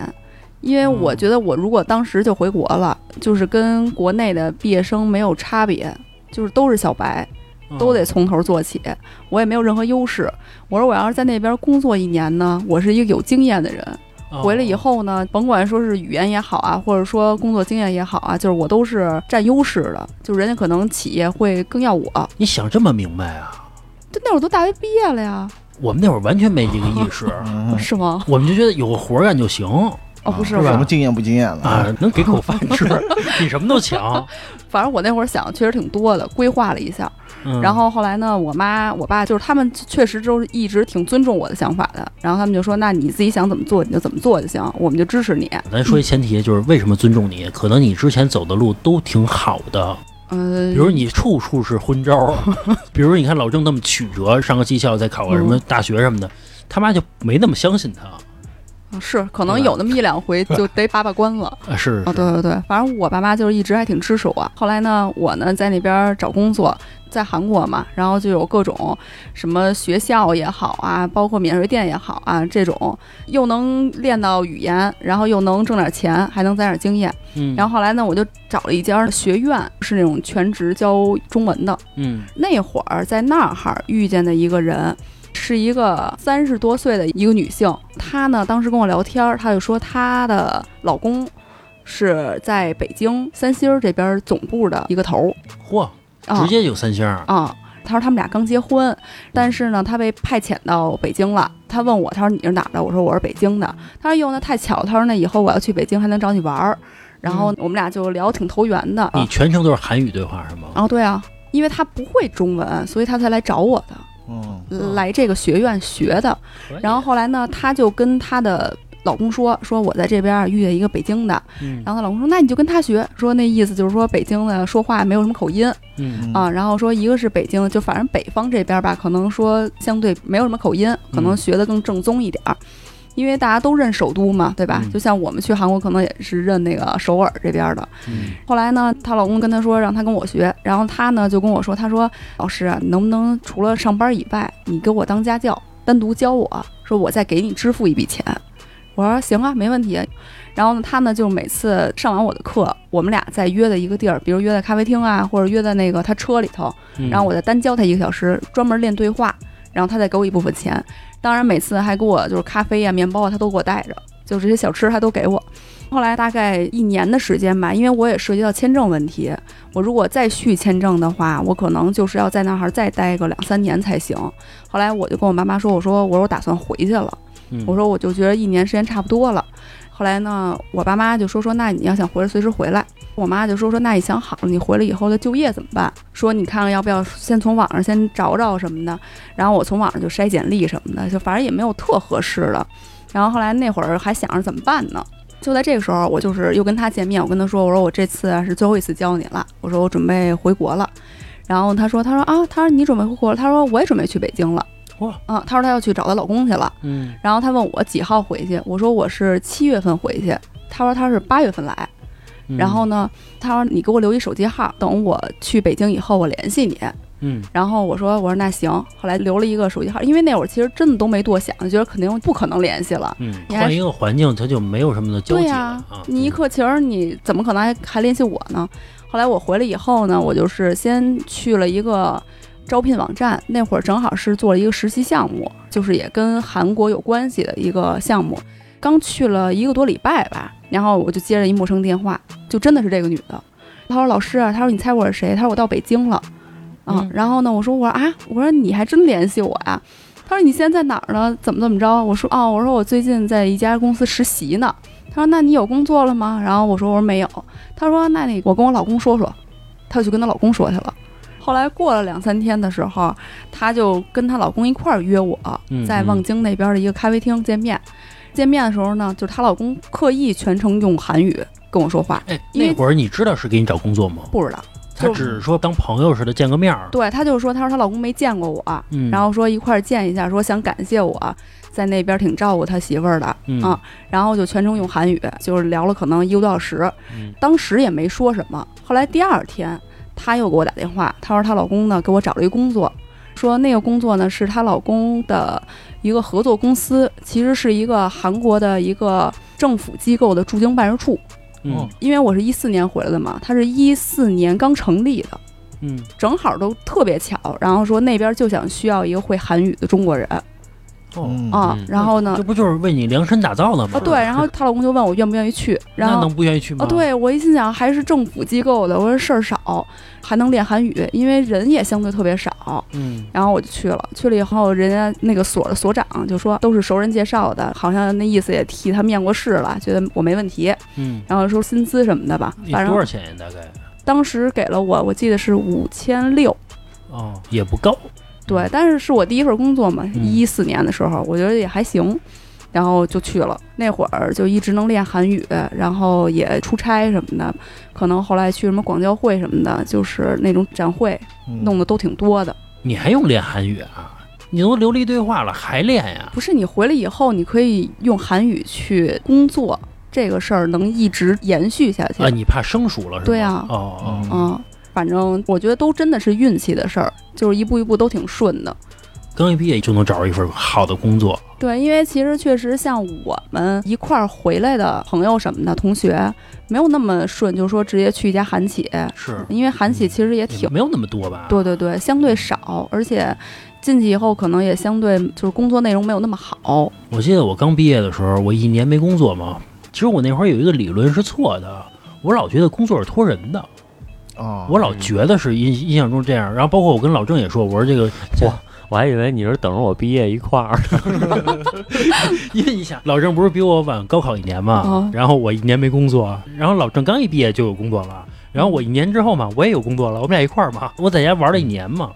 D: 因为我觉得我如果当时就回国了，就是跟国内的毕业生没有差别，就是都是小白，
A: 嗯
D: 都得从头做起，我也没有任何优势。我说我要是在那边工作一年呢，我是一个有经验的人，
A: 哦
D: 回来以后呢，甭管说是语言也好啊，或者说工作经验也好啊，就是我都是占优势的，就是人家可能企业会更要我。
A: 你想这么明白啊？
D: 就那会儿都大学毕业了呀，
A: 我们那会儿完全没这个意识，
B: 嗯
D: 是吗？
A: 我们就觉得有个活儿干就行
D: 哦，不是
B: 什么
D: 吧？
B: 经验不经验的
A: 啊，能给口饭吃，比什么都
D: (laughs)
A: 强。
D: 反正我那会儿想的确实挺多的，规划了一下。
A: 嗯
D: 然后后来呢，我妈、我爸就是他们确实就是一直挺尊重我的想法的。然后他们就说：“那你自己想怎么做你就怎么做就行，我们就支持你。
A: 咱说一前提，就是为什么尊重你？可能你之前走的路都挺好的，”
D: 嗯，
A: 比如你处处是昏招，
D: (laughs)
A: 比如你看老郑那么曲折，上个技校，再考个什么
D: 嗯
A: 大学什么的，他妈就没那么相信他。
D: 啊是可能有那么一两回就得把把关了。
A: 啊，是是
D: 哦，对对对，反正我爸妈就是一直还挺支持我。后来呢，我呢在那边找工作，在韩国嘛，然后就有各种什么学校也好啊，包括免税店也好啊，这种又能练到语言，然后又能挣点钱，还能攒点经验。
A: 嗯，
D: 然后后来呢，我就找了一家学院，是那种全职教中文的。
A: 嗯
D: 那会儿在那儿遇见的一个人，是一个三十多岁的一个女性。她呢，当时跟我聊天儿，她就说她的老公是在北京三星儿这边总部的一个头
A: 嚯，
D: 儿，啊
A: 直接就三星儿，
D: 啊。她说他们俩刚结婚，但是呢，她被派遣到北京了。她问我，她说你是哪儿的？我说我是北京的。她说哎哟，那太巧了。她说那以后我要去北京还能找你玩儿。然
A: 嗯
D: 后我们俩就聊挺投缘的。
A: 你全程都是韩语对话是吗？
D: 哦，对啊，因为她不会中文，所以她才来找我的。
B: 嗯
A: 嗯
D: 来这个学院学的。
A: 可以
D: 然后后来呢，她就跟她的老公说，说我在这边儿遇见一个北京的。
A: 嗯
D: 然后她老公说，那你就跟他学，说那意思就是说北京的说话没有什么口音
A: 嗯
D: 啊。然后说一个是北京的，就反正北方这边儿吧，可能说相对没有什么口音，可能
A: 嗯
D: 学的更正宗一点儿。因为大家都认首都嘛，对吧？
A: 嗯
D: 就像我们去韩国可能也是认那个首尔这边的。
A: 嗯
D: 后来呢，她老公跟她说让她跟我学，然后她呢就跟我说，她说老师啊，你能不能除了上班以外，你给我当家教，单独教我，说我再给你支付一笔钱。我说行啊，没问题。然后呢，她呢就每次上完我的课，我们俩再约在一个地儿，比如约在咖啡厅啊，或者约在那个她车里头，
A: 嗯
D: 然后我再单教她一个小时，专门练对话，然后她再给我一部分钱。当然每次还给我就是咖啡呀、面包啊，她都给我带着，就这些小吃她都给我。后来大概一年的时间吧，因为我也涉及到签证问题，我如果再续签证的话，我可能就是要在那儿再待个两三年才行。后来我就跟我妈妈说，我说我说我打算回去了，
A: 嗯
D: 我说我就觉得一年时间差不多了。后来呢，我爸妈就说说那你要想回来随时回来。我妈就说说那你想好了，你回来以后的就业怎么办？说你看看要不要先从网上先找找什么的。然后我从网上就筛简历什么的，就反正也没有特合适的。然后后来那会儿还想着怎么办呢。就在这个时候，我就是又跟他见面，我跟他说，我说我这次啊是最后一次教你了，我说我准备回国了。然后他说，他说啊，他说你准备回国了，他说我也准备去北京了。
A: 哇
D: 啊！他说他要去找她老公去了，
A: 嗯
D: 然后他问我几号回去，我说我是七月份回去，他说他是八月份来，
A: 嗯
D: 然后呢，他说你给我留一手机号，等我去北京以后我联系你。
A: 嗯
D: 然后我说我说那行，后来留了一个手机号，因为那会儿其实真的都没多想，觉得肯定不可能联系了。
A: 嗯，
D: 你还
A: 换一个环境，它就没有什么的交
D: 对
A: 集了
D: 呀、
A: 啊
D: 你一
A: 嗯
D: 克勤儿，你怎么可能还还联系我呢？后来我回来以后呢，我就是先去了一个招聘网站，那会儿正好是做了一个实习项目，就是也跟韩国有关系的一个项目。刚去了一个多礼拜吧，然后我就接了一陌生电话，就真的是这个女的。她说：“老师啊，她说你猜我是谁？她说我到北京了。”啊，
A: 嗯
D: 然后呢，我说我说啊，我说你还真联系我呀、她说你现在在哪儿呢？怎么怎么着？我说哦，我说我最近在一家公司实习呢。她说那你有工作了吗？然后我说我说没有。她说那你我跟我老公说说。她就去跟她老公说去了。后来过了两三天的时候，她就跟她老公一块儿约我
A: 嗯
D: 在望京那边的一个咖啡厅见面。见面的时候呢，就是她老公刻意全程用韩语跟我说话，
A: 哎，
D: 因为
A: 那会儿你知道是给你找工作吗？
D: 不知道。
A: 他
D: 就
A: 只是说当朋友似的见个面儿，
D: 对，她就说，她说她老公没见过我，
A: 嗯，
D: 然后说一块儿见一下，说想感谢我在那边挺照顾他媳妇儿的，
A: 嗯
D: 啊然后就全程用韩语，就是聊了可能一个多小时
A: 嗯，
D: 当时也没说什么。后来第二天，她又给我打电话，她说她老公呢给我找了一个工作，说那个工作呢是她老公的一个合作公司，其实是一个韩国的一个政府机构的驻京办事处。
A: 嗯
D: 因为我是一四年回来的嘛，他是一四年刚成立的，
A: 嗯
D: 正好都特别巧，然后说那边就想需要一个会韩语的中国人
A: 哦，
D: 啊
C: 嗯，
D: 然后呢
A: 这，不就是为你量身打造的吗？
D: 啊对，然后她老公就问我愿不愿意去，然
A: 那
D: 后
A: 能不愿意去吗？
D: 啊，对我一心想还是政府机构的，我说事儿少，还能练韩语，因为人也相对特别少，
A: 嗯，
D: 然后我就去了，去了以后，人家那个所的所长就说都是熟人介绍的，好像那意思也替他面过试了，觉得我没问题，
A: 嗯
D: 然后说薪资什么的吧，
A: 你
D: 反
A: 多少
D: 正
A: 钱呀？大概
D: 当时给了我，我记得是五千六。
A: 哦，也不高。
D: 对，但是是我第一份工作嘛，
A: 嗯
D: 一四年的时候，我觉得也还行，然后就去了。那会儿就一直能练韩语，然后也出差什么的，可能后来去什么广交会什么的，就是那种展会，
B: 嗯
A: 嗯
D: 弄的都挺多的。
A: 你还用练韩语啊？你都流利对话了，还练呀？
D: 不是你回来以后，你可以用韩语去工作，这个事儿能一直延续下去。
A: 啊，你怕生疏了是吧？
D: 对啊
A: 哦哦，
D: 嗯，反正我觉得都真的是运气的事儿，就是一步一步都挺顺的。
A: 刚一毕业就能找着一份好的工作，
D: 对，因为其实确实像我们一块儿回来的朋友什么的，同学没有那么顺，就是说直接去一家韩企，
A: 是
D: 因为韩
A: 嗯
D: 企其实也嗯挺，
A: 没有那么多吧？
D: 对对对，相对少，而且进去以后可能也相对就是工作内容没有那么好。
A: 我记得我刚毕业的时候，我一年没工作嘛。其实我那会儿有一个理论是错的，我老觉得工作是托人的，
B: 啊，
A: 我老觉得是印印象中这样。然后包括我跟老郑也说，我说这个，
C: 我还以为你是等着我毕业一块儿，
A: 因为你想，老郑不是比我晚高考一年嘛，
D: 哦
A: 然后我一年没工作，然后老郑刚一毕业就有工作了，然后我一年之后嘛，我也有工作了，我们俩一块儿嘛，我在家玩了一年嘛。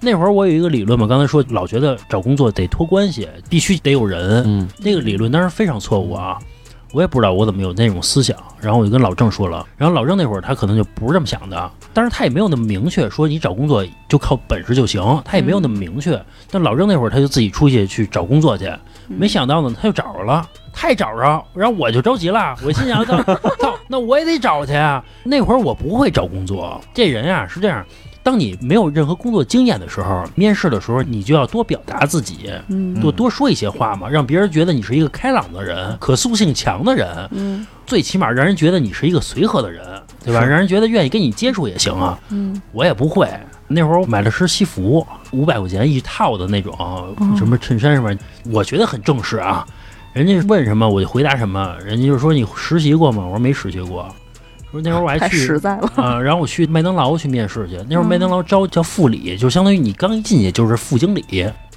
A: 那会儿我有一个理论嘛，刚才说老觉得找工作得托关系，必须得有人，
C: 嗯，
A: 那个理论当时非常错误啊，我也不知道我怎么有那种思想，然后我就跟老郑说了，然后老郑那会儿他可能就不是这么想的，但是他也没有那么明确说你找工作就靠本事就行，他也没有那么明确，但老郑那会儿他就自己出去去找工作去，没想到呢，他就找着了，他也找着，然后我就着急了，我心想，操操，那我也得找去啊。那会儿我不会找工作，这人啊是这样，当你没有任何工作经验的时候，面试的时候你就要多表达自己，
D: 嗯
A: 多多说一些话嘛，让别人觉得你是一个开朗的人，可塑性强的人，
D: 嗯
A: 最起码让人觉得你是一个随和的人，对吧？
B: 是
A: 让人觉得愿意跟你接触也行啊。
D: 嗯
A: 我也不会。那会儿我买了身西服，五百块钱一套的那种，
D: 哦
A: 什么衬衫什么，我觉得很正式啊。人家问什么我就回答什么，人家就说你实习过吗？我说没实习过。说那会儿我还
D: 太
A: 去
D: 实在了，
A: 啊、然后我去麦当劳去面试去。那会儿麦
D: 嗯
A: 当劳招叫副理，就相当于你刚一进去就是副经理，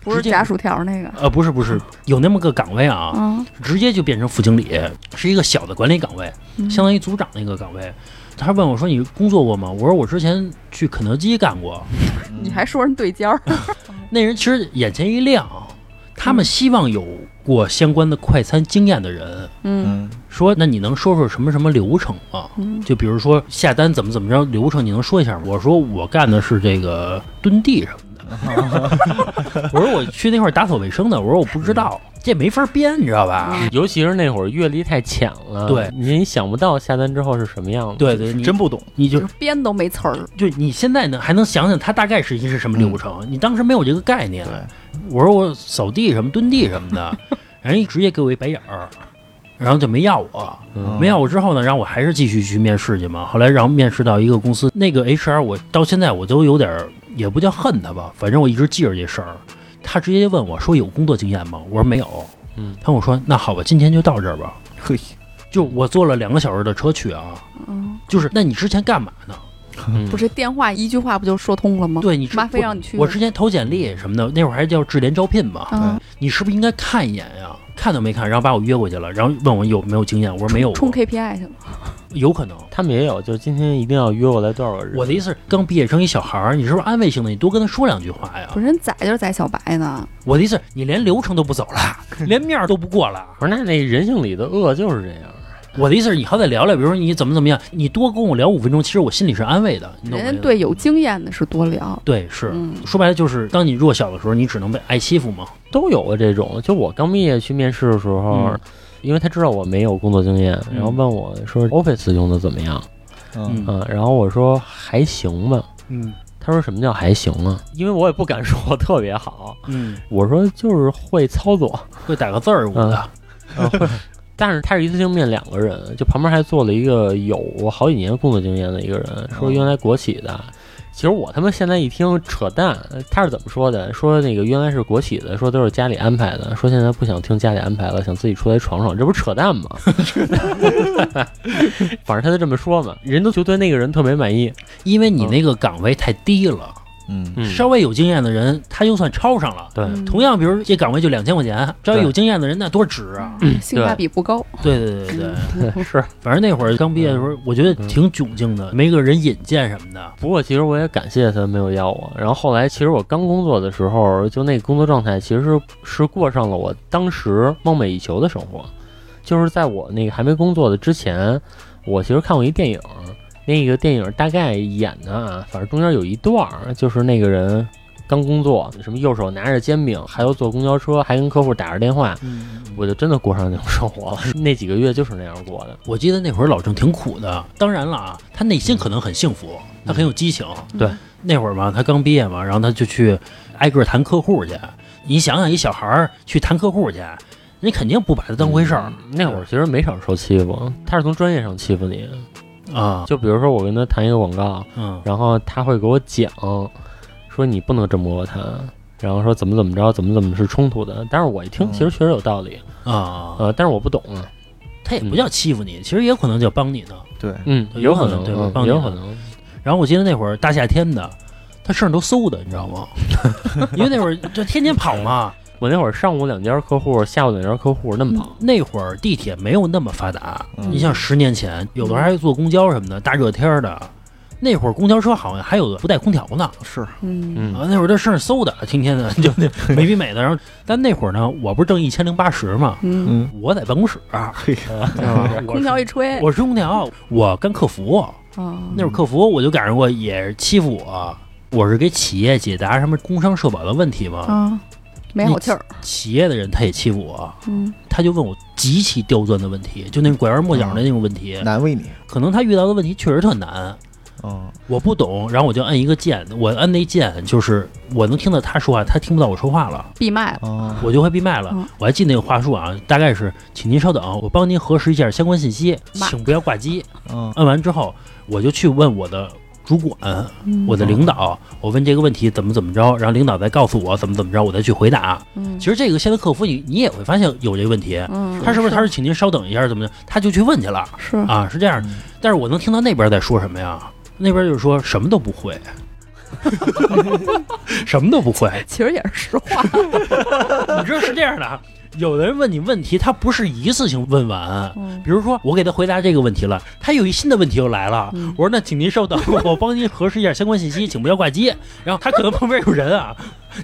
D: 不是
A: 直接
D: 炸薯条那个，
A: 呃，不是不是，有那么个岗位啊，
D: 啊，
A: 直接就变成副经理，是一个小的管理岗位。
D: 嗯
A: 相当于组长那个岗位。他问我说：“你工作过吗？”我说：“我之前去肯德基干过。
D: 嗯
B: 嗯
D: 你还说人对尖儿，”
A: 那人其实眼前一亮，他
D: 嗯
A: 们希望有过相关的快餐经验的人
D: 嗯
B: 嗯
A: 说：“那你能说说什么什么流程吗？
D: 嗯
A: 就比如说下单怎么怎么着流程，你能说一下吗？”我说：“我干的是这个蹲地什
D: (laughs)
A: 么的。”我说：“我去那块儿打扫卫生的。”我说：“我不知道，这没法编，你知道吧？”
D: 嗯
C: 尤其是那会儿阅历太浅了，
A: 对
C: 你想不到下单之后是什么样的。嗯
A: 对对，你
B: 真不懂，
A: 你就
D: 就是编都没词儿，
A: 就你现在呢还能想想它大概是一是什么流程，
B: 嗯
A: 你当时没有这个概念。我说我扫地什么蹲地什么的，
B: (laughs)
A: 人家直接给我一白眼儿，然后就没要我。
C: 嗯
B: 哦
A: 没要我之后呢，然后我还是继续去面试去嘛。后来然后面试到一个公司，那个 HR 我到现在我都有点儿也不叫恨他吧，反正我一直记着这事儿。他直接问我说有工作经验吗？我说没有。
C: 嗯，
A: 他跟我说那好吧，今天就到这儿吧。
B: 嘿，
A: 就我坐了两个小时的车去啊，
D: 嗯，
A: 就是那你之前干嘛呢？
C: 嗯
D: 不是电话一句话不就说通了吗？
A: 对你之
D: 妈非
A: 我
D: 让你去嗯
A: 我之前投简历什么的，那会儿还叫智联招聘嘛，
D: 啊，
A: 你是不是应该看一眼呀、看都没看，然后把我约过去了，然后问我有没有经验，我说没有
D: 冲
A: 过，
D: KPI 去了，
A: 有可能。
C: 他们也有，就是今天一定要约我来多少个人。
A: 我的意思是，刚毕业生一小孩儿，你是不是安慰性的？你多跟他说两句话呀
D: 不。是人宰就是宰小白呢，
A: 我的意思是，你连流程都不走
D: (laughs)
A: 了，连面儿都不过了。
C: 不是那那人性里的恶就是这样。
A: 我的意思是，你好歹聊聊，比如说你怎么怎么样，你多跟我聊五分钟，其实我心里是安慰的，你懂我
D: 人
A: 意
D: 家
A: 思
D: 嗯对有经验的是多聊，
A: 对是。
D: 嗯
A: 说白了就是，当你弱小的时候，你只能被挨欺负嘛。
C: 都有过这种。就我刚毕业去面试的时候，
A: 嗯
C: 因为他知道我没有工作经验，
A: 嗯
C: 然后问我说 Office 用的怎么样？
B: 嗯
C: 嗯，然后我说还行吧。
A: 嗯
C: 他说什么叫还行啊？因为我也不敢说我特别好，
A: 嗯，
C: 我说就是会操作，
A: 会打个字儿，我的。
C: 但是他是一次性面两个人，就旁边还坐了一个有好几年工作经验的一个人，说原来国企的。其实我他妈现在一听扯淡，他是怎么说的？说那个原来是国企的，说都是家里安排的，说现在不想听家里安排了，想自己出来闯闯，这不是扯淡吗？反正他就这么说嘛，人都就对那个人特别满意。
A: 因为你那个岗位太低了。
B: 嗯，
C: 嗯
A: 稍微有经验的人，他就算超上了。
C: 对
D: 嗯
A: 同
D: (clears throat)
A: 样，比如这岗位就两千块钱，稍微有经验的人那多值啊！
D: 性价比不高，嗯
A: 对对对对， (laughs)
C: 是，
A: 反正那会儿刚毕业的时候，我觉得挺窘境的，没个人引荐什么的。
C: 不过其实我也感谢他没有要我。然后后来，其实我刚工作的时候，就那个工作状态，其实是是过上了我当时梦寐以求的生活。就是在我那个还没工作的之前，我其实看过一电影，那个电影大概演的啊，反正中间有一段儿，就是那个人刚工作，什么右手拿着煎饼，还要坐公交车，还跟客户打着电话，我就真的过上那种生活了。那几个月就是那样过的。
A: 我记得那会儿老郑挺苦的，当然了啊，他内心可能很幸福，他很有激情。
C: 对，
A: 那会儿嘛，他刚毕业嘛，然后他就去挨个谈客户去。你想想，一小孩儿去谈客户去，人肯定不把他当回事儿
C: 嗯那会儿其实没少受欺负，他是从专业上欺负你。
A: 啊。
C: 就比如说我跟他谈一个广告，
A: 嗯
C: 然后他会给我讲，说你不能这么跟我谈，然后说怎么怎么着，怎么怎么是冲突的。但是我一听，
B: 嗯
C: 其实确实有道理，
A: 啊，
C: 呃，但是我不懂啊，
A: 他也不叫欺负你，其实也可能叫帮你呢。
B: 对，
C: 嗯，
A: 有
C: 可
A: 可能
C: 能，
A: 对吧
C: 嗯
A: 帮你
C: 有
A: 了
C: 可能，
A: 然后我记得那会儿大夏天的，他身上都馊的，你知道吗？因为那会儿就天天跑嘛，
C: 我那会儿上午两家客户，下午两家客户那么跑，
A: 那会儿地铁没有那么发达，
B: 嗯
A: 你像十年前，有的人还坐公交什么的，大热天儿的。那会儿公交车好像还有的不带空调呢，
B: 是，
D: (laughs) 嗯
C: 嗯，
A: 啊，那会儿他身上馊的，天天的 (laughs) 就那没皮美的。然后，但那会儿呢，我不是挣一千零八十嘛，
D: 嗯，
B: 嗯，
A: 我在办公室，啊
B: 嘿，
D: 空调一吹
A: 我是嗯空调，我干客服，
D: 啊，
A: 那会儿客服我就赶上过，也是欺负我，我是给企业解答什么工伤社保的问题嘛，
D: 啊，没好气儿。
A: 企业的人他也欺负我，
D: 嗯
A: 他就问我极其刁钻的问题，就那种拐弯抹角的那种问
D: 嗯
A: 题，
B: 难为你，
A: 可能他遇到的问题确实特难，
B: 嗯，
A: 我不懂，然后我就按一个键，我按那键就是我能听到他说话，他听不到我说话了，
D: 闭麦了。
B: 哦，
A: 我就会闭麦了。
D: 嗯
A: 我还记得那个话术啊，大概是请您稍等，我帮您核实一下相关信息，
D: 妈
A: 请不要挂机。
B: 嗯，
A: 按完之后，我就去问我的主管，
D: 嗯
A: 我的领导，我问这个问题怎么怎么着，然后领导再告诉我怎么怎么着，我再去回答。
D: 嗯
A: 其实这个现在客服你你也会发现有这个问题，
D: 嗯，
A: 他是不是他是请您稍等一下怎么的，他就去问去了
D: 是
A: 啊，是这样的。但是我能听到那边在说什么呀？那边就是说什么都不 (laughs) 会，什么都不会。
D: 其实也是实话。
A: (laughs) 你知道是这样的啊，有的人问你问题，他不是一次性问完。
D: 嗯
A: 比如说，我给他回答这个问题了，他有一新的问题又来了。
D: 嗯
A: 我说：“那请您稍等， (laughs) 我帮您核实一下相关信息，请不要挂机。”然后他可能旁边有人啊，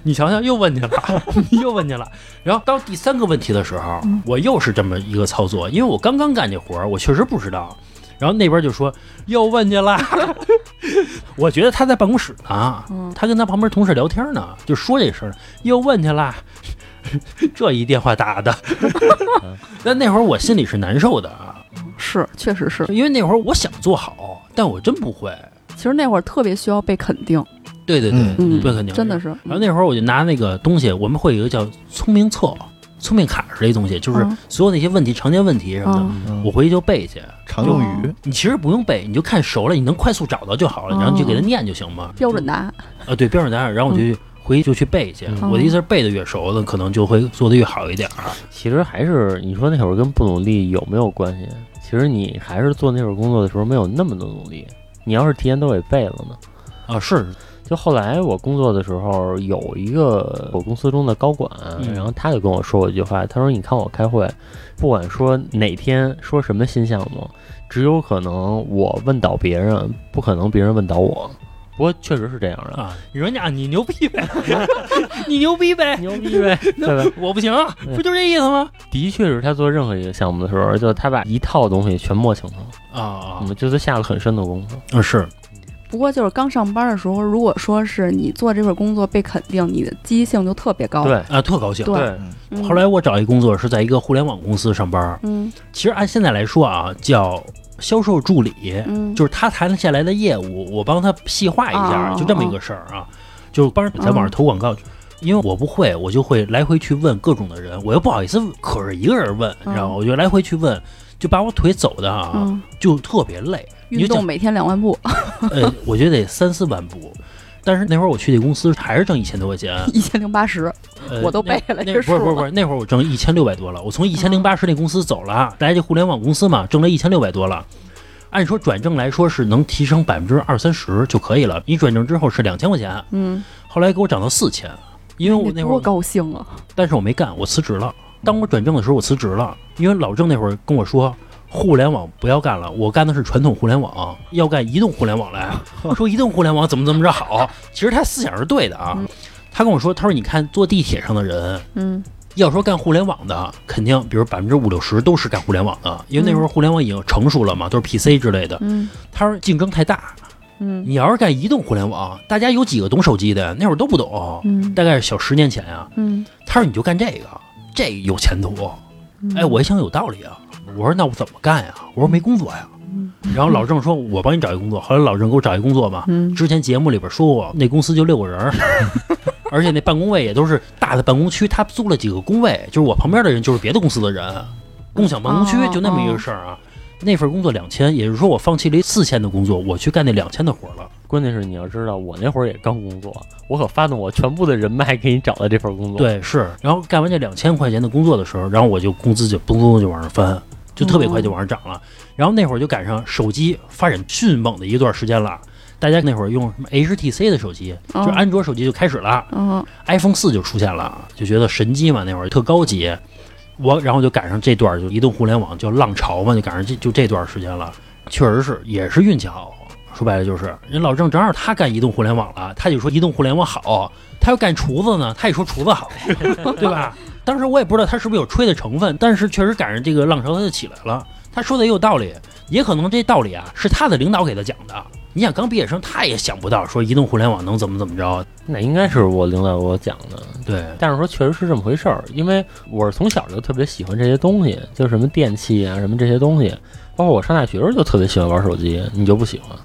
A: 你瞧瞧，又问去了， (laughs) 你又问去了。然后到第三个问题的时候，我又是这么一个操作，因为我刚刚干这活儿，我确实不知道。然后那边就说又问去了， (laughs) 我觉得他在办公室呢，
D: 嗯
A: 他跟他旁边同事聊天呢，就说这事儿呢，又问去了。 (laughs) 这一电话打的， (laughs) 但那会儿我心里是难受的啊，
D: 嗯是，确实是。
A: 因为那会儿我想做好，但我真不会。
D: 其实那会儿特别需要被肯定，
A: 对对对，
D: 嗯
A: 被肯定
D: 真的。是。
A: 然后那会儿我就拿那个东西，我们会有一个叫聪明册、聪明卡似的东西，就是
D: 嗯
A: 所有那些问题、常见问题什么的，
D: 嗯
B: 嗯
A: 我回去就背去。
B: 常用语，
A: 你其实不用背，你就看熟了，你能快速找到就好了，
D: 哦
A: 然后你就给它念就行嘛。
D: 标准嗯答案，
A: 啊，对标准答案，然后我就去回去就去背去。
C: 嗯
A: 我的意思是，背的越熟的，可能就会做的越好一点儿。
C: 其实还是你说那会儿跟不努力有没有关系？其实你还是做那会儿工作的时候没有那么的努力。你要是提前都给背了呢？
A: 啊，是，
C: 就后来我工作的时候，有一个我公司中的高管，
A: 嗯
C: 然后他就跟我说过一句话，他说：“你看我开会，不管说哪天说什么新项目，只有可能我问倒别人，不可能别人问倒我。”不过确实是这样的，
A: 啊，你说你啊，你牛逼 (laughs) 呗，你牛逼呗，
C: (laughs) 牛逼呗， (laughs) 对吧？
A: 我不行啊，
C: 对
A: 不就这意思吗？
C: 的确是他做任何一个项目的时候，就是他把一套东西全摸清楚，
A: 啊
C: 我
A: 啊
C: 们就是下了很深的功夫。
A: 啊，是，
D: 不过就是刚上班的时候，如果说是你做这份工作被肯定，你的积极性就特别高。
C: 对
A: 啊，特高兴。
D: 对嗯，
A: 后来我找一工作是在一个互联网公司上班儿，
D: 嗯
A: 其实按现在来说啊，叫销售助理，
D: 嗯，
A: 就是他谈下来的业务，我帮他细化一下，
D: 哦
A: 就这么一个事儿啊，就帮在网上投广告。因为我不会，我就会来回去问各种的人，我又不好意思可是一个人问，你知道吗？
D: 嗯
A: 我就来回去问，就把我腿走的啊，
D: 嗯，
A: 就特别
D: (laughs)
A: 累，你
D: 运
A: 就想
D: 动每天两万步， (laughs)
A: 呃，我觉得得三四万步。但是那会儿我去这公司还是挣一千多块钱，
D: 一千零八十，
A: 呃
D: 我都背
A: 那
D: 了
A: 那
D: 这
A: 不是不
D: 数
A: 是不是，那会儿我挣一千六百多了，我从一千零
D: 哦
A: 八十那公司走了，来这互联网公司嘛，挣了一千六百多了。按说转正来说是能提升百分之二三十就可以了，你转正之后是两千块钱，
D: 嗯，
A: 后来给我涨到四千，因为我
D: 哎
A: 那
D: 你
A: 会
D: 多
A: 儿，
D: 高兴啊！
A: 但是我没干，我辞职了。当我转正的时候，我辞职了，因为老郑那会儿跟我说，互联网不要干了，我干的是传统互联网，要干移动互联网
D: (laughs)
A: 来，说移动互联网怎么怎么着好，其实他思想是对的啊
D: 嗯。
A: 他跟我说，他说你看坐地铁上的人，
D: 嗯
A: 要说干互联网的，肯定比如百分之五六十都是干互联网的，因为那时候互联网已经成熟了嘛，都是 PC 之类的。
D: 嗯
A: 他说竞争太大，
D: 嗯
A: 你要是干移动互联网，大家有几个懂手机的？那会儿都不懂，
D: 嗯
A: 大概是小十年前啊。
D: 嗯，
A: 他说你就干这个，这有前途。哎，我一想有道理啊，我说那我怎么干呀？我说没工作呀。然后老郑说，我帮你找一工作。后来老郑给我找一工作嘛，
D: 嗯
A: 之前节目里边说过，那公司就六个人儿，而且那办公位也都是大的办公区，他租了几个工位，就是我旁边的人就是别的公司的人，共享办公区
D: 哦
A: 就那么一个事儿啊。那份工作两千，也就是说我放弃了四千的工作，我去干那两千的活儿了。
C: 关键是你要知道，我那会儿也刚工作，我可发动我全部的人脉给你找到这份工作。，
A: 对，是。然后干完这两千块钱的工作的时候，然后我就工资就嘣嘣就往上翻，就特别快就往上涨了。然后那会儿就赶上手机发展迅猛的一段时间了，大家那会儿用什么 HTC 的手机，就是安卓手机就开始了。
D: 嗯
A: iPhone 四就出现了，啊就觉得神机嘛，那会儿特高级。我然后就赶上这段儿就移动互联网叫浪潮嘛，就赶上这就这段时间了，确实是也是运气好。说白了就是，人老郑正好他干移动互联网了，他就说移动互联网好；他要干厨子呢，他也说厨子好， (laughs) 对吧？当时我也不知道他是不是有吹的成分，但是确实赶上这个浪潮他就起来了。他说的也有道理，也可能这道理啊是他的领导给他讲的，你想刚毕业生，他也想不到说移动互联网能怎么怎么着。
C: 那应该是我领导给我讲的，
A: 对，
C: 但是说确实是这么回事儿，因为我是从小就特别喜欢这些东西，就是什么电器啊，什么这些东西，包括我上大学时候就特别喜欢玩手机，你就不喜欢。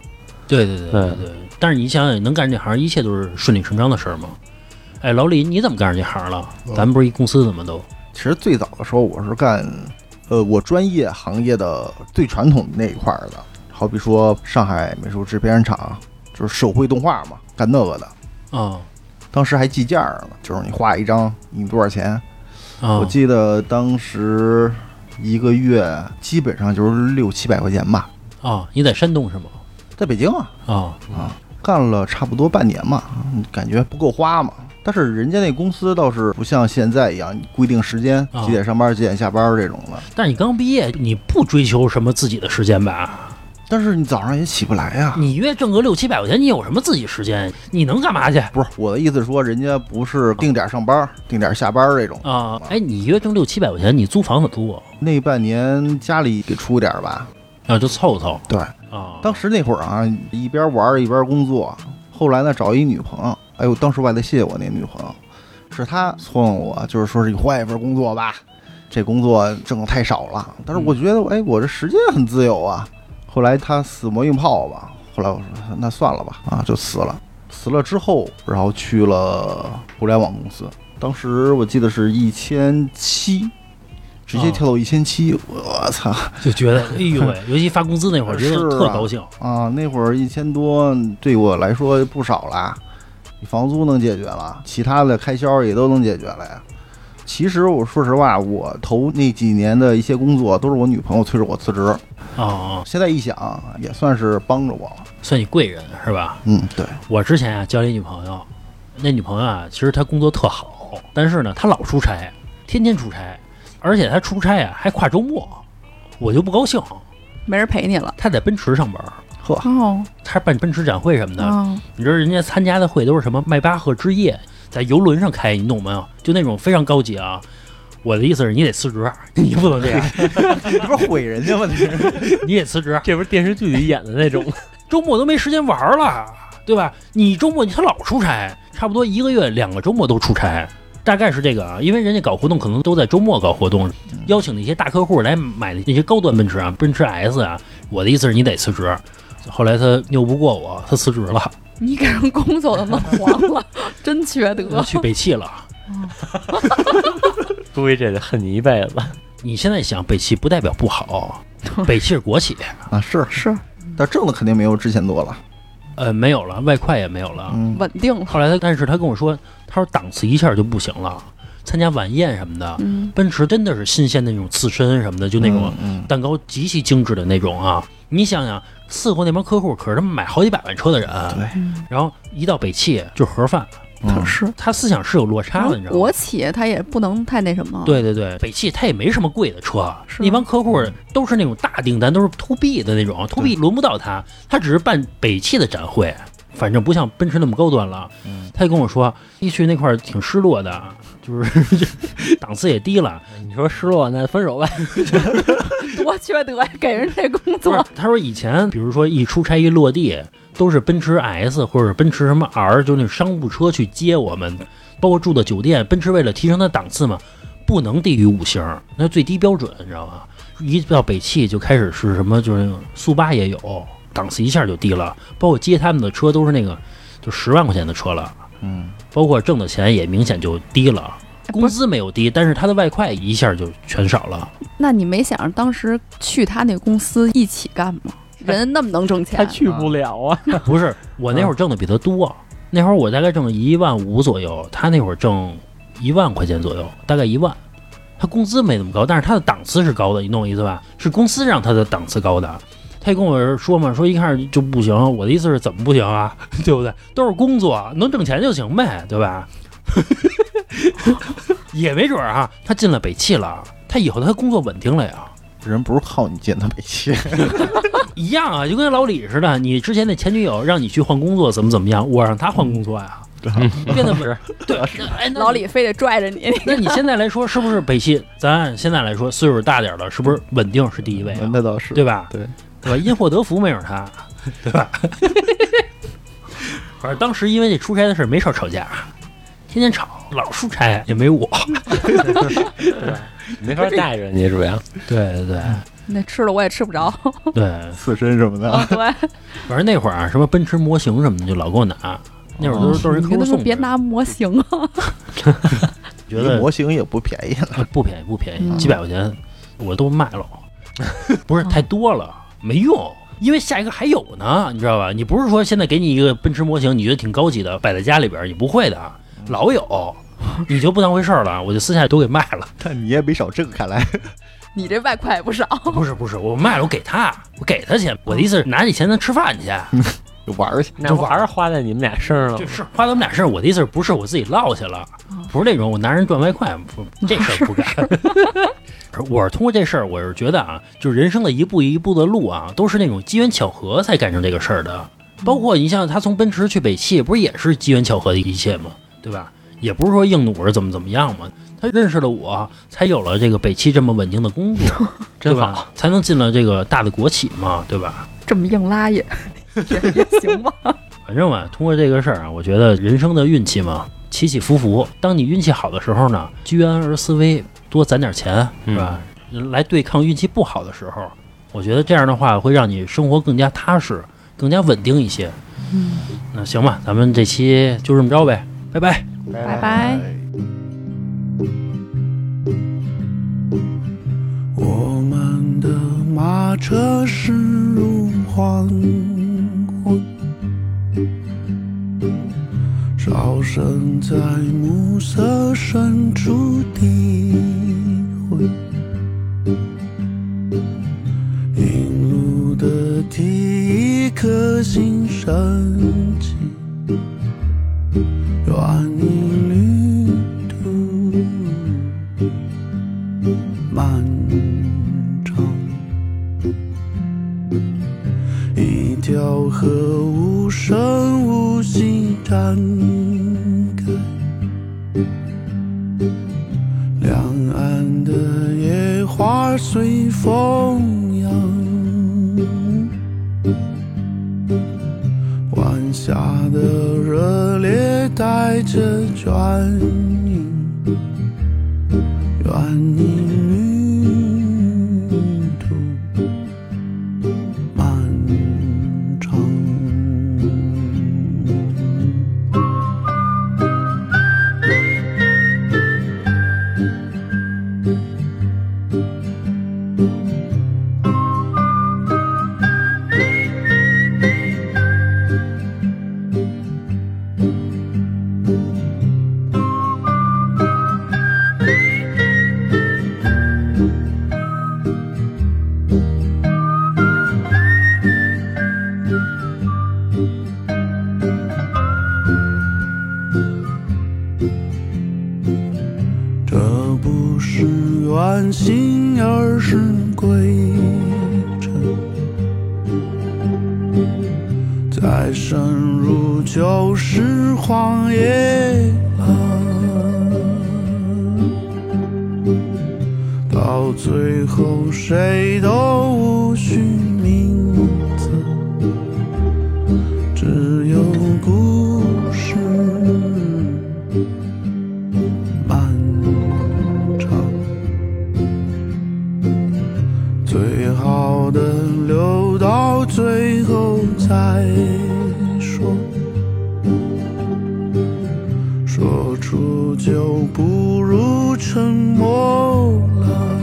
A: 对对对
C: 对
A: 对。但是你想想，能干这行，一切都是顺理成章的事儿吗？哎，老李，你怎么干上这行了？咱们不是一公司的吗？都
B: 其实最早的时候我是干，呃，我专业行业的最传统的那一块儿的，好比说上海美术制片厂，就是手绘动画嘛，干那个的。
A: 啊
B: 当时还计价儿呢，就是你画一张，你多少钱？
A: 啊
B: 我记得当时一个月基本上就是六七百块钱吧，
A: 啊！你在山东是吗？
B: 在北京啊，
A: 啊
B: 干了差不多半年嘛，嗯感觉不够花嘛。但是人家那公司倒是不像现在一样你规定时间，
A: 啊
B: 几点上班几点下班这种的。
A: 但是你刚毕业，你不追求什么自己的时间吧？
B: 但是你早上也起不来啊呀、
A: 你月挣个六七百块钱，你有什么自己时间？你能干嘛去？
B: 不是我的意思，说人家不是定点上班、定点下班这种。
A: 啊，哎，你一月挣六七百块钱，你租房子租啊
B: 那半年家里给出点儿吧。
A: 啊，就凑凑
B: 对，
A: 啊。
B: 当时那会儿啊，一边玩儿一边工作。后来呢，找一女朋友，哎呦，当时我还得谢谢我那女朋友，是她撺掇我，就是说是你换一份工作吧，这工作挣的太少了。但是我觉得，哎，我这时间很自由啊。后来她死磨硬泡吧，后来我说那算了吧，啊，就辞了。辞了之后，然后去了互联网公司，当时我记得是一千七，直接
A: 哦
B: 跳到一千七，我操！
A: 就觉得，哎呦喂，
B: (laughs)
A: 尤其发工资那会儿，觉得
B: 是啊
A: 特高兴。
B: 啊，那会儿一千多对我来说不少了，你房租能解决了，其他的开销也都能解决了呀。其实我说实话，我头那几年的一些工作都是我女朋友催着我辞职，
A: 啊啊，
B: 现在一想也算是帮着我了。
A: 算你贵人是吧？
B: 嗯，对，
A: 我之前啊交了一女朋友，那女朋友啊，其实她工作特好，但是呢，她老出差，天天出差，而且她出差啊还跨周末，我就不高兴。
D: 没人陪你了。
A: 她在奔驰上班，
B: 呵，
D: 哦
A: 她办奔驰展会什么的，
D: 哦，
A: 你知道人家参加的会都是什么迈巴赫之夜，在游轮上开，你懂没有？就那种非常高级啊。我的意思是，你得辞职，啊你不能这样，
B: 这不是毁人家吗？这是
A: 你得辞职。啊
C: 这不是电视剧里演的那 (laughs) 种，
A: 周末都没时间玩了，对吧？你周末他老出差，差不多一个月两个周末都出差，大概是这个啊。因为人家搞活动可能都在周末搞活动，邀请那些大客户来买那些高端奔驰啊、奔驰 S 啊。我的意思是，你得辞职。后来他拗不过我，他辞职了，
D: 你给人工作都弄黄了， (laughs) 真缺
A: 他
D: 德。
A: 去北汽了。
C: 估计这得恨你一辈子。
A: 你现在想，北汽不代表不好，北汽是国企，
B: (laughs) 啊，是，
D: 是
B: 但挣的肯定没有之前多了。
A: 呃，没有了，外快也没有了。
B: 嗯，
D: 稳定了。
A: 后来他，但是他跟我说，他说档次一下就不行了，参加晚宴什么的，
D: 嗯，
A: 奔驰真的是新鲜的那种刺身什么的，就那种
B: 嗯，
A: 蛋糕极其精致的那种啊。你想想，伺候那帮客户可是他们买好几百万车的人，
B: 对
A: 然后一到北汽就盒饭，
B: 嗯
D: 可是
A: 他思想是有落差的，你知道吗
D: 国？企它也不能太那什么。，
A: 对对对，北汽它也没什么贵的车，啊
D: 是
A: 那帮客户都是那种大订单，都是 to B 的那种，to B 轮不到他，他只是办北汽的展会，反正不像奔驰那么高端了。
B: 嗯
A: 他就跟我说，一去那块儿挺失落的，就是 (laughs) 就档次也低了。
C: 你说失落，那分手吧。
D: 多缺德呀，给人这工
A: 不是
D: 作。，
A: 他说以前比如说一出差一落地，都是奔驰 S 或者奔驰什么 R，就那种商务车去接我们，包括住的酒店。奔驰为了提升它档次嘛，不能低于五星，那最低标准，你知道吧？一到北汽就开始是什么，就是那种速八也有，档次一下就低了。包括接他们的车都是那个，就十万块钱的车了，
B: 嗯，
A: 包括挣的钱也明显就低了。工
D: 不是，
A: 资没有低，但是他的外快一下就全少了。
D: 那你没想着当时去他那公司一起干吗？人那么能挣钱，
C: 去了啊！
A: (laughs) 不是，我那会儿挣的比他多，那会儿我大概挣一万五左右，他那会儿挣一万块钱左右，大概一万。他工资没那么高，但是他的档次是高的，你懂我意思吧？是公司让他的档次高的。他也跟我说嘛，说一开始就不行。我的意思是怎么不行啊？ (laughs) 对不对？都是工作，能挣钱就行呗，对吧？ (laughs) 也没准儿啊，他进了北汽了，他以后他工作稳定了呀。
B: 人不是靠你进的北汽，
A: 一样啊，就跟老李似的，你之前那前女友让你去换工作，怎么怎么样，我让他换工作呀、变得不 (laughs) 是对，那哎，那
D: 老李非得拽着
A: (laughs)
D: 你。
A: 那你现在来说，是不是北汽？咱按现在来说，岁数大点儿了，是不是稳定是第一位啊？
B: 那倒是。
A: 对吧？
B: 对，
A: 对吧？因祸得福没有他， (laughs) 对吧？反正当时因为这出差的事儿没少吵架，天天吵，老出差也没我。
C: 没法带着你主要。
A: (laughs) 对对对
D: 那吃了我也吃不着。
A: 对，
B: 刺身什么的，
D: 啊，对，
A: 反正那会儿啊，什么奔驰模型什么的就老给我拿，那会儿都是都是
D: 你
A: 人客
D: 跟
A: 户
D: 他说
A: 送的，
D: 别拿模型 (laughs) 啊，
A: 觉得
B: 模型也不便宜了。
A: 啊不便宜不便宜，
D: 嗯
A: 几百块钱我都卖了，不是太多了，没用。因为下一个还有呢，你知道吧？你不是说现在给你一个奔驰模型，你觉得挺高级的，摆在家里边儿，你不会的，老有，你就不当回事儿了，我就私下都给卖了。
B: 但你也没少挣，看来。
D: 你这外快也不少。
A: 不是不是，我卖了，我给他，我给他钱。我的意思是拿这钱咱吃饭去，
B: 就玩儿去，
C: 那玩儿花在你们俩身上了
A: 这，事儿花咱们俩事儿。我的意思是不是我自己落下了，
C: 哦
A: 不是那种我拿人赚外快，不这事儿
C: (laughs)
A: 不干。我是通过这事儿，我是觉得啊，就是人生的一步一步的路啊，都是那种机缘巧合才干成这个事儿的。
C: 嗯
A: 包括你像他从奔驰去北汽，不是也是机缘巧合的一切吗？对吧？也不是说硬努着怎么怎么样嘛。他认识了我，才有了这个北汽这么稳定的
C: (laughs)
A: 工作，对
C: 真好。
A: 吧？才能进了这个大的国企嘛，对吧？
D: 这么硬拉也 (laughs) 也也行吧？
A: 反正吧，通过这个事儿啊，我觉得人生的运气嘛，起起伏伏。当你运气好的时候呢，居安而思危，多攒点钱，是吧？来对抗运气不好的时候，我觉得这样的话会让你生活更加踏实，更加稳定一些。嗯，那行吧，咱们这期就这么着呗，拜拜。
D: 拜拜。
F: 我们的马车驶入黄昏，哨声在暮色深处低回，引路的第一颗星升起，愿你旅途。漫长。一条河无声无息展开，两岸的野花随风扬舞，晚霞的热烈带着倦意。愿你旅途漫长。这不是远行，而是归程。再深入就是荒野了，到最后谁都无需名字，只有故事。漫长。最好的留到最后再说，说出就不如沉默了。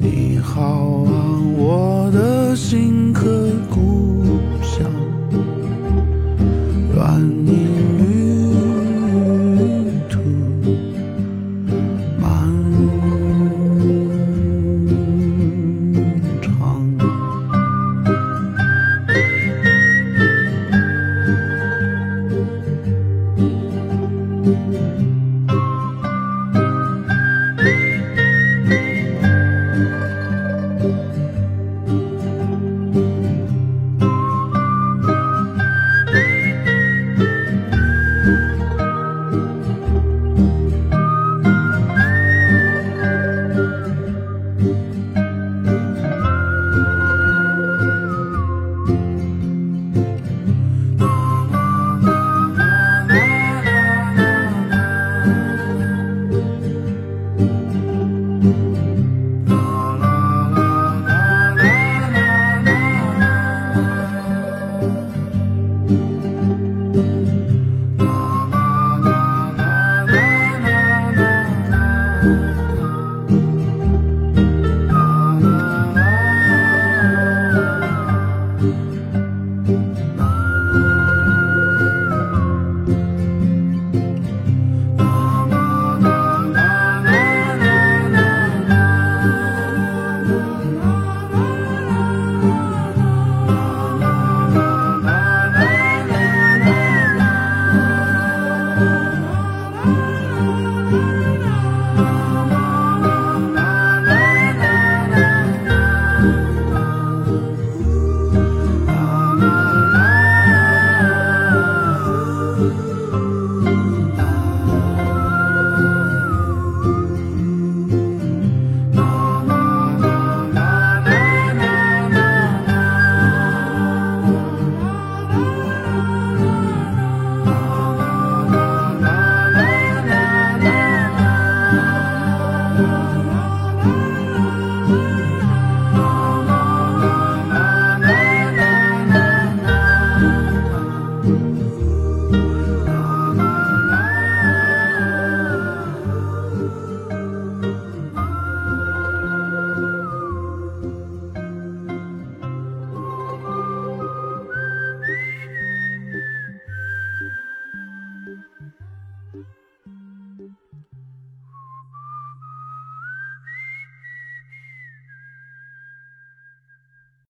F: 你好啊，我的心